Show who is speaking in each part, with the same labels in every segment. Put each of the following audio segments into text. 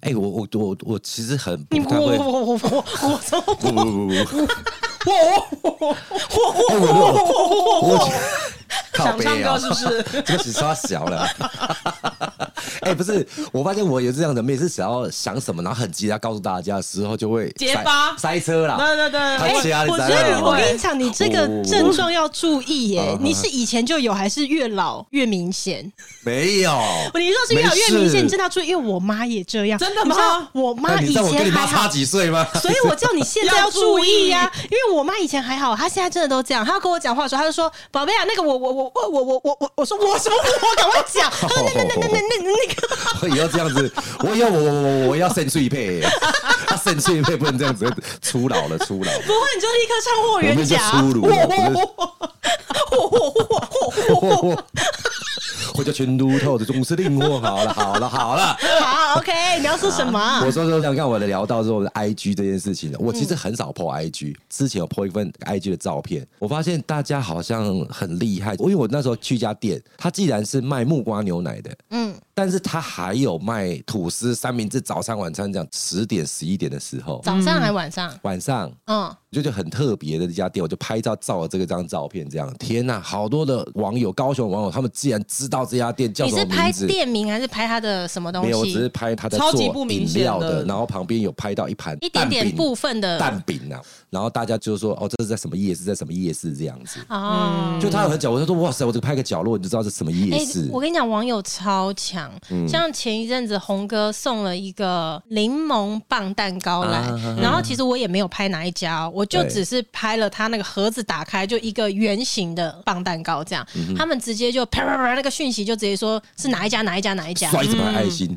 Speaker 1: 哎、我我我我其实很
Speaker 2: 你
Speaker 1: 不
Speaker 2: 我
Speaker 1: 太会，
Speaker 2: 我我我我我操！
Speaker 1: 不不不不不，
Speaker 2: 我
Speaker 1: 我我我我靠
Speaker 2: 想
Speaker 1: 背
Speaker 2: 唱
Speaker 1: 啊
Speaker 2: 歌，是不是？
Speaker 1: 这个只刷小了。啊哎、不是，我发现我有这样的，每次想要想什么，然后很急着要告诉大家的时候，就会
Speaker 2: 结
Speaker 1: 塞
Speaker 2: 巴
Speaker 1: 塞车啦。
Speaker 2: 对对对，
Speaker 1: 他其他的
Speaker 3: 我
Speaker 1: 塞
Speaker 3: 觉
Speaker 1: 车
Speaker 3: 得
Speaker 2: 人
Speaker 3: 你，
Speaker 1: 啦
Speaker 3: 我跟你讲，你这个
Speaker 1: 哦
Speaker 3: 症状要注意耶、
Speaker 1: 啊
Speaker 3: 你是以前就有，还是越老越明显？
Speaker 1: 没有。
Speaker 3: 你若是越老越明
Speaker 1: 没事
Speaker 3: 显，你真的要注意，因为我妈也这样。
Speaker 2: 真的吗
Speaker 3: 你知道我
Speaker 1: 那
Speaker 3: 妈
Speaker 1: 哎你
Speaker 3: 以
Speaker 1: 知道我跟你
Speaker 3: 前
Speaker 1: 妈
Speaker 3: 还
Speaker 1: 差
Speaker 3: 好，
Speaker 1: 几岁吗？
Speaker 3: 所以我叫你现在
Speaker 2: 要
Speaker 3: 要
Speaker 2: 注
Speaker 3: 注
Speaker 2: 意
Speaker 3: 意呀、因为我妈以前还好，她现在真的都这样。她要跟我讲话的时候，她就说：“宝贝啊，那个我我我我我我我我我说我什么我赶快讲。”她说：“那那那那那那那个。”
Speaker 1: 我 以后这样子，我以后我我我我要肾碎 配，他肾碎配不能这样子，粗老了粗老了。
Speaker 3: 不会，你就立刻唱霍元甲。
Speaker 1: 我们就粗鲁了
Speaker 3: 嚯嚯嚯嚯嚯
Speaker 1: 我叫全都透的总司令，我好了好了好 了。
Speaker 3: 好，OK，你要说什么啊？
Speaker 1: 我说说想看我的聊到说我的 IG 这件事情了，我其实很少 po IG，、之前有 po 一份 IG 的照片，我发现大家好像很厉害，因为我那时候去一家店，它既然是卖木瓜牛奶的，
Speaker 3: 嗯，
Speaker 1: 但是它还有卖吐司、三明治、早餐、晚餐这样，十点十一点的时候，
Speaker 3: 早上还晚上？
Speaker 1: 晚上
Speaker 3: 嗯，
Speaker 1: 我就觉得很特别的一家店，我就拍照照了这个张照片，这样天呐，好多的网友，高雄网友，他们既然知道这家店叫
Speaker 3: 你
Speaker 1: 什
Speaker 3: 是
Speaker 1: 么
Speaker 3: 拍
Speaker 1: 名字，
Speaker 3: 店名还是拍他的什么东
Speaker 1: 没有，我只是
Speaker 3: 西？
Speaker 1: 拍他在
Speaker 2: 超
Speaker 1: 做
Speaker 2: 级不明
Speaker 1: 饮
Speaker 2: 显
Speaker 1: 料
Speaker 2: 的
Speaker 1: 的，然后旁边有拍到一盘
Speaker 3: 一点
Speaker 1: 蛋
Speaker 3: 点
Speaker 1: 饼
Speaker 3: 部分的
Speaker 1: 蛋饼啊，然后大家就说哦，这是在什么夜市，在什么夜市这样子，
Speaker 2: 嗯
Speaker 3: 哦。
Speaker 1: 就他有很角落，他说哇塞，我这个拍个角落，你就知道是什嗯么夜
Speaker 3: 哎
Speaker 1: 市，，
Speaker 3: 我跟你讲，网友超强。像前一阵子红哥送了一个柠檬棒蛋糕来
Speaker 1: 啊，
Speaker 3: 然后其实我也没有拍哪一家哦，我就
Speaker 1: 对
Speaker 3: 只是拍了他那个盒子打开就一个圆形的棒蛋糕这样。
Speaker 1: 嗯
Speaker 3: 他们直接就啪啪啪那个讯息就直接说是哪一家哪一家哪一 家，
Speaker 1: 摔什么爱心，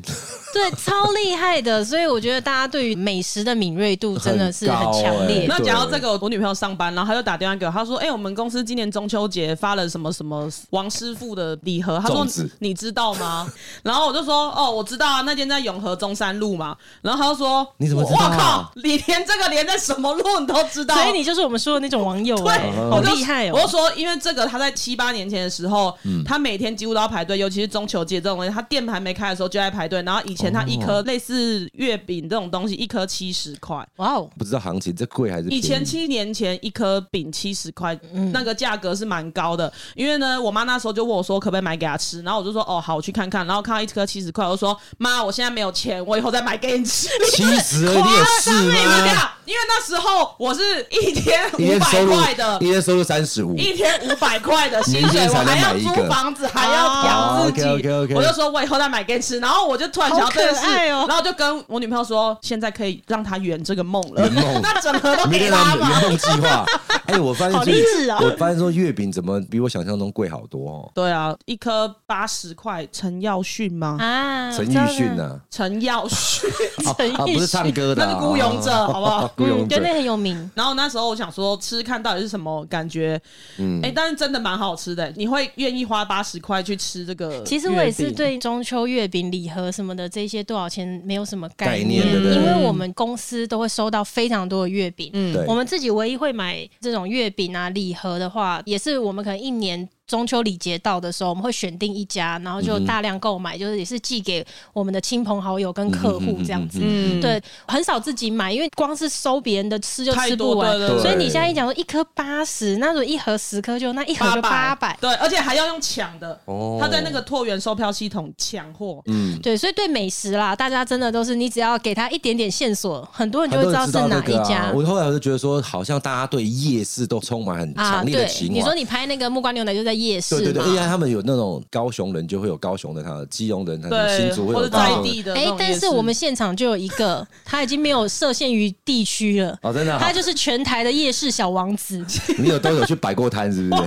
Speaker 3: 对，超厉害的。所以我觉得大家对于美食的敏锐度真的是很强烈
Speaker 1: 很高。
Speaker 2: 那讲到这个，我女朋友上班，然后她就打电话给我，她说：“哎、我们公司今年中秋节发了什么什么王师傅的礼盒，她说
Speaker 1: 粽子
Speaker 2: 你知道吗？”然后我就说：“哦，我知道啊，那间在永和中山路嘛。”然后她就说：“
Speaker 1: 你怎么
Speaker 2: 我
Speaker 1: 知道
Speaker 2: 我靠，你连这个连在什么路你都知道？”
Speaker 3: 所以你就是我们说的那种网友哎、
Speaker 2: 对，
Speaker 3: 好
Speaker 2: 我就
Speaker 3: 厉害
Speaker 2: 我就
Speaker 3: 哦！
Speaker 2: 说，因为这个他在七八年前的时候，
Speaker 1: 嗯
Speaker 2: 他每天几乎都要排队，尤其是中秋节这种东西，他店还没开的时候就在排队。然后以前他一颗类似月饼这种东西，一颗七十块。
Speaker 1: 嗯
Speaker 3: 哇哦，
Speaker 1: 不知道行情，这贵还是便宜
Speaker 2: 以前七年前一颗饼七十块，
Speaker 3: 嗯
Speaker 2: 那个价格是蛮高的。因为呢，我妈那时候就问我说可不可以买给她吃，然后我就说哦好，我去看看。然后看到一颗七十块，我就说妈，我现在没有钱，我以后再买给你吃。
Speaker 1: 七十而已你也是啊
Speaker 2: 因为
Speaker 1: 吗？
Speaker 2: 啊因为那时候我是一天
Speaker 1: 一
Speaker 2: 五
Speaker 1: 天收
Speaker 2: 百
Speaker 1: 入
Speaker 2: 块的，
Speaker 1: 一天收入三十五，
Speaker 2: 一天五百块的薪水，我还要租房子，还要养自己。
Speaker 1: 哦，OK，OK，OK
Speaker 2: 我就说，我以后再买给你吃。然后我就突然想到这件事，
Speaker 3: 好可爱哦
Speaker 2: 然后就跟我女朋友说，现在可以让她圆这个梦了。
Speaker 1: 圆梦
Speaker 2: 那整盒都
Speaker 1: 明
Speaker 2: 给
Speaker 1: 天他
Speaker 2: 她
Speaker 1: 们
Speaker 2: 吧。
Speaker 1: 圆梦计 划。哎、我发现
Speaker 3: 好
Speaker 1: 最
Speaker 3: 励志哦
Speaker 1: 我发现说月饼怎么比我想象中贵好多哦。
Speaker 2: 对啊，一颗八十块，陈耀迅吗？
Speaker 3: 啊，
Speaker 1: 陈奕迅呐、
Speaker 2: 陈 耀迅，
Speaker 1: 啊，
Speaker 3: 陈奕
Speaker 1: 啊，不是唱歌的、
Speaker 2: 那
Speaker 1: 啊，
Speaker 2: 是孤 勇者，好不好？
Speaker 1: 孤
Speaker 3: 嗯，
Speaker 1: 勇
Speaker 3: 对，
Speaker 1: 者
Speaker 3: 那很有名。
Speaker 2: 然后那时候我想说，吃看到底是什么感觉？嗯，哎、但是真的蛮好吃的、你会愿意花八十块去吃这个月饼？
Speaker 3: 其实我也是对中秋月饼礼盒什么的这些多少钱没有什么概
Speaker 1: 概念对不对
Speaker 3: 因为我们公司都会收到非常多的月饼。
Speaker 2: 嗯
Speaker 1: 对
Speaker 3: 我们自己唯一会买这种月饼啊礼盒的话，也是我们可能一年中秋礼节到的时候，我们会选定一家，然后就
Speaker 1: 嗯
Speaker 3: 大量购买，就是也是寄给我们的亲朋好友跟客户这样子。
Speaker 2: 嗯，
Speaker 3: 对，很少自己买，因为光是收别人的吃就
Speaker 2: 太
Speaker 3: 吃
Speaker 2: 多
Speaker 3: 不完
Speaker 2: 对。对对
Speaker 3: 所以你现在一讲说一颗八十，那如果一盒十颗就那一盒就八百。
Speaker 2: 对，而且还要用抢的。
Speaker 1: 哦
Speaker 2: 他在那个拓元售票系统抢货，
Speaker 1: 嗯，
Speaker 3: 对，所以对美食啦，大家真的都是你只要给他一点点线索，很多人就
Speaker 1: 他
Speaker 3: 会
Speaker 1: 都
Speaker 3: 知道
Speaker 1: 知
Speaker 3: 是
Speaker 1: 道
Speaker 3: 哪
Speaker 1: 那
Speaker 3: 一
Speaker 1: 个
Speaker 3: 家
Speaker 1: 啊。我后来我就觉得说，好像大家对夜市都充满很强烈的
Speaker 3: 啊对，
Speaker 1: 情
Speaker 3: 你
Speaker 1: 怀。
Speaker 3: 说你拍那个木瓜牛奶就在夜市嘛？
Speaker 1: 对对对，因为他们有那种高雄人就会有高雄的他的，基隆人他的
Speaker 2: 对
Speaker 1: 新，竹会
Speaker 2: 或
Speaker 1: 有
Speaker 2: 者在
Speaker 1: 高雄
Speaker 2: 地
Speaker 1: 人
Speaker 2: 的那
Speaker 3: 哎、
Speaker 2: 种夜市。
Speaker 3: 但是我们现场就有一个，他已经没有设限于地区了，
Speaker 1: 哦，真的、
Speaker 3: 他
Speaker 1: 啊，
Speaker 3: 就是全台的夜市小王 子，
Speaker 1: 你有都有去摆过摊是不 是？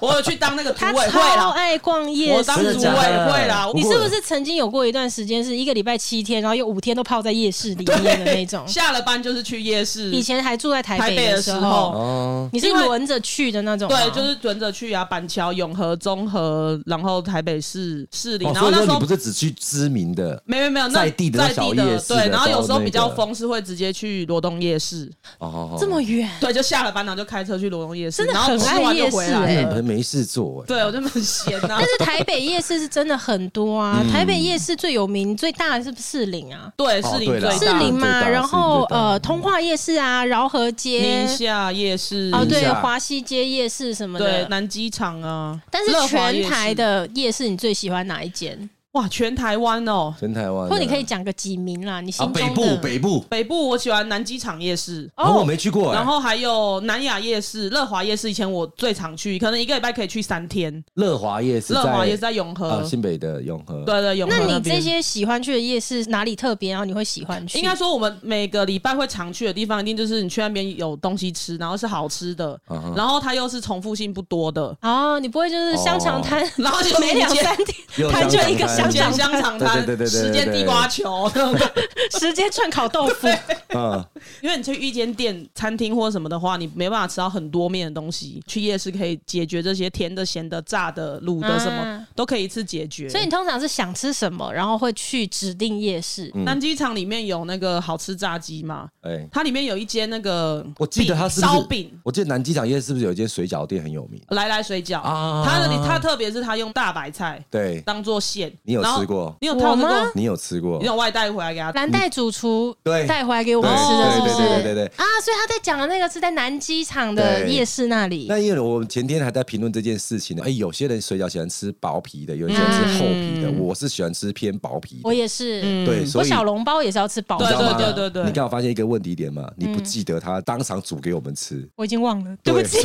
Speaker 2: 我有去当那个土
Speaker 3: 他
Speaker 2: 委会
Speaker 3: 超
Speaker 2: 啦，
Speaker 3: 爱逛夜
Speaker 2: 我
Speaker 3: 市
Speaker 2: 当。
Speaker 1: 真
Speaker 2: 主
Speaker 1: 的
Speaker 2: 委
Speaker 1: 假的
Speaker 2: 会啦。
Speaker 1: 不
Speaker 3: 你
Speaker 1: 过
Speaker 3: 是不是曾经有过一段时间是一个礼拜七天，然后有五天都泡在夜市里面的那种？
Speaker 2: 下了班就是去夜市，
Speaker 3: 以前还住在台
Speaker 2: 台
Speaker 3: 北
Speaker 2: 北的
Speaker 3: 时
Speaker 2: 时候
Speaker 3: 候，
Speaker 1: 哦，
Speaker 3: 你是轮着去的那种吗？
Speaker 2: 对，就是轮着去啊，板桥、永和、中和，然后台北市市里，
Speaker 1: 哦
Speaker 2: 然
Speaker 1: 所
Speaker 2: 后
Speaker 1: 以
Speaker 2: 那时
Speaker 1: 说
Speaker 2: 候
Speaker 1: 你不是只去知名的
Speaker 2: 没有没有，那
Speaker 1: 在地的
Speaker 2: 在
Speaker 1: 小夜
Speaker 2: 地的，
Speaker 1: 市
Speaker 2: 对，
Speaker 1: 的
Speaker 2: 然后有
Speaker 1: 到
Speaker 2: 时候
Speaker 1: 那
Speaker 2: 比较
Speaker 1: 个
Speaker 2: 疯是会直接去罗东夜市，
Speaker 1: 哦，
Speaker 3: 这么远。
Speaker 2: 对，就下了班然后就开车去罗东夜市，
Speaker 3: 真的
Speaker 2: 然后
Speaker 3: 很
Speaker 2: 吃
Speaker 3: 爱
Speaker 2: 完就回来
Speaker 3: 夜欸
Speaker 1: 很
Speaker 2: 了。
Speaker 1: 很没事做、欸，
Speaker 2: 对，我就很闲啊呐、
Speaker 3: 但是台北夜市是真的很多啊，
Speaker 1: 嗯
Speaker 3: 台北夜市最有名、最大的是不是士林啊？
Speaker 2: 对，
Speaker 1: 哦
Speaker 2: 士林
Speaker 1: 对
Speaker 2: 最
Speaker 1: 啦
Speaker 2: 大，
Speaker 1: 士
Speaker 3: 士林
Speaker 1: 最大
Speaker 3: 嘛，
Speaker 1: 的
Speaker 3: 然后
Speaker 1: 士林最大的
Speaker 3: 呃，通化夜市啊，饶河街
Speaker 2: 宁夏夜市
Speaker 3: 哦，对
Speaker 1: 宁，夏
Speaker 3: 华西街夜市什么
Speaker 2: 对，
Speaker 3: 的。
Speaker 2: 南机场啊，
Speaker 3: 但是
Speaker 2: 乐华
Speaker 3: 全
Speaker 2: 夜市
Speaker 3: 台的夜市，你最喜欢哪一间？
Speaker 2: 哇，全台湾哦，
Speaker 1: 全台湾的。
Speaker 3: 或你可以讲个几名啦，你
Speaker 1: 呃啊，
Speaker 3: 心
Speaker 1: 北
Speaker 3: 中
Speaker 1: 部
Speaker 3: 的。哦
Speaker 1: 北部，
Speaker 2: 北部我喜欢南机场夜市。
Speaker 1: 然后我没去过、欸，
Speaker 2: 哦然后还有南雅夜市、乐华夜市，以前我最常去，可能一个礼拜可以去三天。
Speaker 1: 乐华夜市在，
Speaker 2: 乐华夜市在永和，
Speaker 1: 啊，新北的永和，
Speaker 2: 对对，永和
Speaker 3: 那你
Speaker 2: 边
Speaker 3: 这些喜欢去的夜市哪里特别？然后你会喜欢去？
Speaker 2: 应该说，我们每个礼拜会常去的地方，一定就是你去那边有东西吃，然后是好吃的，
Speaker 1: 嗯哼
Speaker 2: 然后它又是重复性不多的，
Speaker 3: 哦，你不会就是香肠
Speaker 1: 哦
Speaker 3: 摊，
Speaker 2: 然后就是
Speaker 3: 每两
Speaker 2: 一间
Speaker 3: 三天
Speaker 1: 又
Speaker 3: 摊就
Speaker 1: 香肠
Speaker 3: 一个
Speaker 1: 摊
Speaker 3: 香
Speaker 2: 一间
Speaker 3: 肠
Speaker 2: 香
Speaker 3: 摊，
Speaker 2: 肠摊，
Speaker 1: 对对对对对
Speaker 2: 十间地瓜球，
Speaker 3: 十间串烤豆腐。
Speaker 1: 嗯，
Speaker 2: 因为你去一间店、餐厅或什么的话，你没办法吃到很多面的东西。去夜市可以解决这些甜的、咸的、炸的、卤的，什么、
Speaker 3: 啊
Speaker 2: 都可以一次解决。
Speaker 3: 所以你通常是想吃什么，然后会去指定夜市。
Speaker 1: 嗯
Speaker 2: 南机场里面有那个好吃炸鸡嘛，
Speaker 1: 哎、
Speaker 2: 它里面有一间那个饼，
Speaker 1: 我记得它是不是
Speaker 2: 烧饼。
Speaker 1: 我记得南机场夜市是不是有一间水饺店很有名？
Speaker 2: 来来水饺，
Speaker 1: 啊
Speaker 2: 它的它特别是它用大白菜
Speaker 1: 对，
Speaker 2: 当做馅，
Speaker 1: 你有
Speaker 2: 然后
Speaker 1: 吃过
Speaker 2: 你有套
Speaker 3: 我
Speaker 2: 过
Speaker 3: 吗？
Speaker 1: 你有吃过
Speaker 2: 你？有外带回来给他？
Speaker 3: 蓝带主厨
Speaker 1: 对
Speaker 3: 带回来给我们
Speaker 1: 对
Speaker 3: 吃的，是不是？
Speaker 1: 对对对对对
Speaker 3: 啊，所以他在讲的那个是在南机场的
Speaker 1: 对
Speaker 3: 夜市那里。
Speaker 1: 那因为我们前天还在评论这件事情呢，哎、有些人水饺喜欢吃薄皮的，有人喜欢
Speaker 2: 嗯
Speaker 1: 吃厚皮的，我是喜欢吃偏薄皮
Speaker 3: 我
Speaker 1: 的。
Speaker 3: 也是，
Speaker 1: 对，
Speaker 3: 我
Speaker 1: 所以
Speaker 3: 小笼包也是要吃饱
Speaker 1: 你
Speaker 3: 的
Speaker 1: 知道吗？
Speaker 2: 对对对对对嗯
Speaker 1: 你刚好发现一个问题点嘛，你不记得他当场煮给我们吃，
Speaker 3: 我已经忘了，对不起。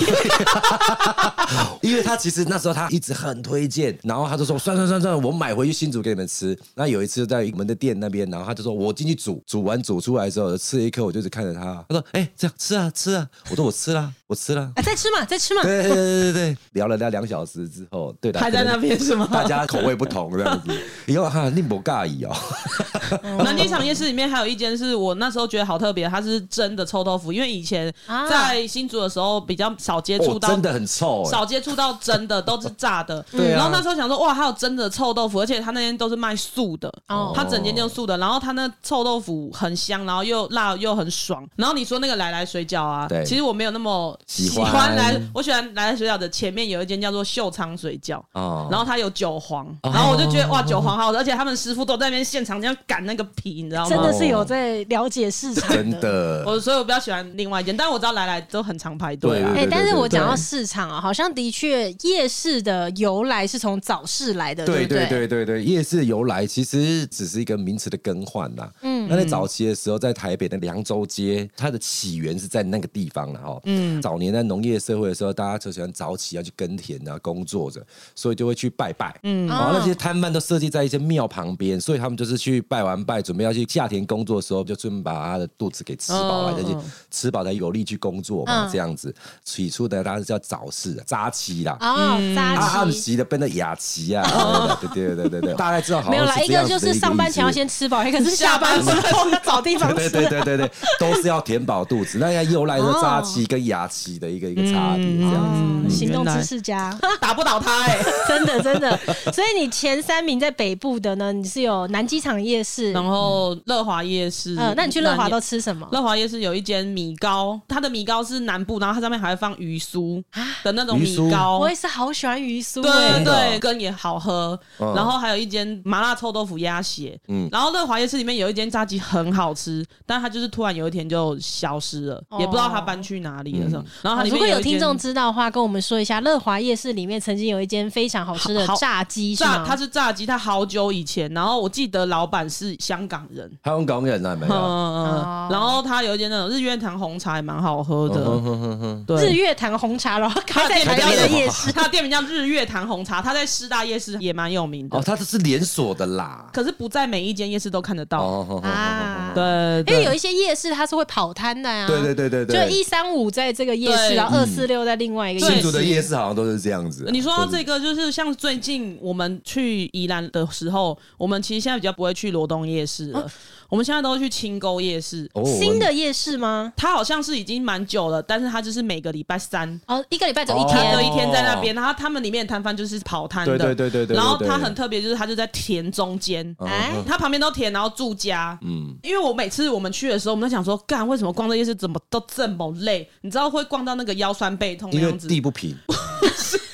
Speaker 1: 因为他其实那时候他一直很推荐，然后他就说算算算算，我买回去新煮给你们吃。那有一次在我们的店那边，然后他就说我进去煮，煮完煮出来之后吃了一颗，我就是看着他，他说哎、这样吃啊吃啊，我说我吃啦、我吃啦、
Speaker 3: 啊，再吃嘛，再吃嘛。
Speaker 1: 对对对对对，聊了聊两小时之后，对的，
Speaker 2: 还在
Speaker 1: 可能
Speaker 2: 那边是吗
Speaker 1: 大家口味不同这样子，以后哈你不尬意哦，
Speaker 2: 南机场夜市里面还有一间是我那时候觉得好特别，它是真的臭豆腐，因为以前
Speaker 3: 啊
Speaker 2: 在新竹的时候比较少接触
Speaker 1: 哦，
Speaker 2: 到
Speaker 1: 真的很臭哎、
Speaker 2: 少接触到真的，都是炸的。
Speaker 1: 对啊
Speaker 2: 然后那时候想说，哇，还有真的臭豆腐，而且他那间都是卖素的，
Speaker 3: 哦
Speaker 2: 他整间就是素的。然后他那臭豆腐很香，然后又辣又很爽。然后你说那个来来水饺啊
Speaker 1: 对，
Speaker 2: 其实我没有那么
Speaker 1: 喜
Speaker 2: 喜
Speaker 1: 欢
Speaker 2: 欢来，我喜欢来来水饺的前面有一间叫做秀昌水饺。
Speaker 1: 哦
Speaker 2: 然后它有韭黄，然后我就觉得哇，韭黄好好吃，而且他们师傅都在那边现场这样擀那个皮，你知道
Speaker 3: 真
Speaker 2: 吗
Speaker 3: 的？是有在了解市场
Speaker 1: 真的，
Speaker 2: 我所以我比较喜欢另外一间，但我知道来来都很常排
Speaker 1: 对
Speaker 2: 队啊
Speaker 1: 对。
Speaker 3: 哎、
Speaker 1: 对
Speaker 3: 但是我
Speaker 1: 对
Speaker 3: 讲到市场啊，好像的确夜市的由来是从早市来的，
Speaker 1: 对
Speaker 3: 不
Speaker 1: 对对对对，夜市由来其实只是一个名词的更换呐。嗯，那在早期的时候，在台北的凉州街，它的起源是在那个地方了哈。嗯，早年在农业社会的时候，大家就喜欢早起要去耕田啊，工作着，所以就会去拜拜。嗯，然后那些摊贩都设计在一些庙旁边，所以他们就是去拜完拜，准备要去下田工作的时候，就顺便把他的肚子给吃饱了，
Speaker 2: 嗯
Speaker 1: 再去
Speaker 2: 嗯
Speaker 1: 吃饱才有力去工作嘛。
Speaker 3: 嗯
Speaker 1: 这样子，起初呢，当然是叫早市、啊扎旗啦。
Speaker 3: 哦，
Speaker 1: 啊，
Speaker 3: 扎
Speaker 1: 暗
Speaker 3: 旗。
Speaker 1: 棋的变成雅棋啊，对对对对对对，大概知道好
Speaker 3: 哦没有
Speaker 1: 像
Speaker 3: 啦，
Speaker 1: 是
Speaker 3: 一
Speaker 1: 这样
Speaker 3: 个
Speaker 1: 子
Speaker 3: 就
Speaker 1: 的
Speaker 3: 是上班前要
Speaker 1: 意思。嗯
Speaker 3: 先吃饱，一个是下班之后 找地方
Speaker 1: 对
Speaker 3: 吃。
Speaker 1: 对对对对对，都是要填饱肚子。那要由来的扎棋跟雅棋的一个一个差别，这样
Speaker 3: 哦嗯
Speaker 1: 子。
Speaker 3: 行动
Speaker 2: 原来
Speaker 3: 知识家，
Speaker 2: 打不倒 他哎、
Speaker 3: 真的真的。所以你前三名在北部的呢，你是有南机场夜市，
Speaker 2: 然后乐华夜市，
Speaker 3: 嗯，那你去乐华都
Speaker 2: 南
Speaker 3: 吃什么？
Speaker 2: 乐华夜市有一间米糕，它的米糕是南部，然后它上面还会放鱼酥的那种
Speaker 1: 鱼
Speaker 2: 米
Speaker 1: 酥
Speaker 2: 糕
Speaker 3: 啊我。也是好喜欢鱼酥
Speaker 2: 对
Speaker 3: 欸，
Speaker 2: 对，羹也好喝，
Speaker 1: 嗯
Speaker 2: 然后还有一间麻辣臭豆腐鸭血，
Speaker 1: 嗯
Speaker 2: 嗯，然后乐华夜市里面有一间炸鸡很好吃，但它就是突然有一天就消失了，
Speaker 3: 哦
Speaker 2: 也不知道它搬去哪里了什么。然后它里面
Speaker 3: 如果有
Speaker 2: 一间
Speaker 3: 听众知道的话，跟我们说一下，乐华夜市里面曾经有一间非常好吃的
Speaker 2: 好好
Speaker 3: 炸鸡，是
Speaker 2: 炸，
Speaker 3: 吗？
Speaker 2: 它是炸鸡，它好久以前，然后我记得老板是香港人，
Speaker 1: 香港人啊，有没
Speaker 2: 嗯
Speaker 1: 有？
Speaker 2: 嗯
Speaker 3: 哦
Speaker 2: 嗯，然后它有一间那种日月潭红茶也蛮好喝的，
Speaker 3: 日
Speaker 2: 对。
Speaker 3: 月潭红茶，然后开在
Speaker 2: 它
Speaker 3: 台
Speaker 2: 的
Speaker 3: 北的
Speaker 2: 店名
Speaker 3: 夜
Speaker 2: 叫
Speaker 3: 市。
Speaker 2: 它的店名叫日月潭红茶，它在师大夜市也蛮有名的
Speaker 1: 哦，，它这是连锁的啦。
Speaker 2: 可是不在每一间夜市都看得到。
Speaker 1: 哦，
Speaker 3: 啊，
Speaker 2: 对，
Speaker 3: 因
Speaker 2: 对
Speaker 3: 为有一些夜市它是会跑摊的呀、
Speaker 1: 对对对对对
Speaker 3: 就一三五在这个夜市，
Speaker 2: 对
Speaker 3: 然后二四六在另外一个
Speaker 1: 新
Speaker 3: 夜
Speaker 1: 竹
Speaker 3: 市。
Speaker 1: 的夜市好像都是这样子。
Speaker 2: 你说到这个，就是像最近我们去宜兰的时候，我们其实现在比较不会去罗东夜市
Speaker 1: 啊
Speaker 2: 了，我们现在都会去清沟夜市。
Speaker 1: 哦
Speaker 3: 新的夜市吗？
Speaker 2: 它好像是已经蛮久了，但是它就是每个礼拜三
Speaker 3: 哦，一个礼拜走一
Speaker 1: 哦
Speaker 2: 他
Speaker 3: 天，
Speaker 2: 就一天在那边，然后他们里面的摊贩就是跑摊的，
Speaker 1: 对对对对对对嗯
Speaker 2: 然后他很特别，就是他就在田中间，
Speaker 3: 哎、
Speaker 2: 他旁边都田，然后住家。嗯，因为我每次我们去的时候，我们都想说，干为什么逛这夜市怎么都这么累？你知道会逛到那个腰酸背痛那
Speaker 1: 因为
Speaker 2: 样子。
Speaker 1: 地不平，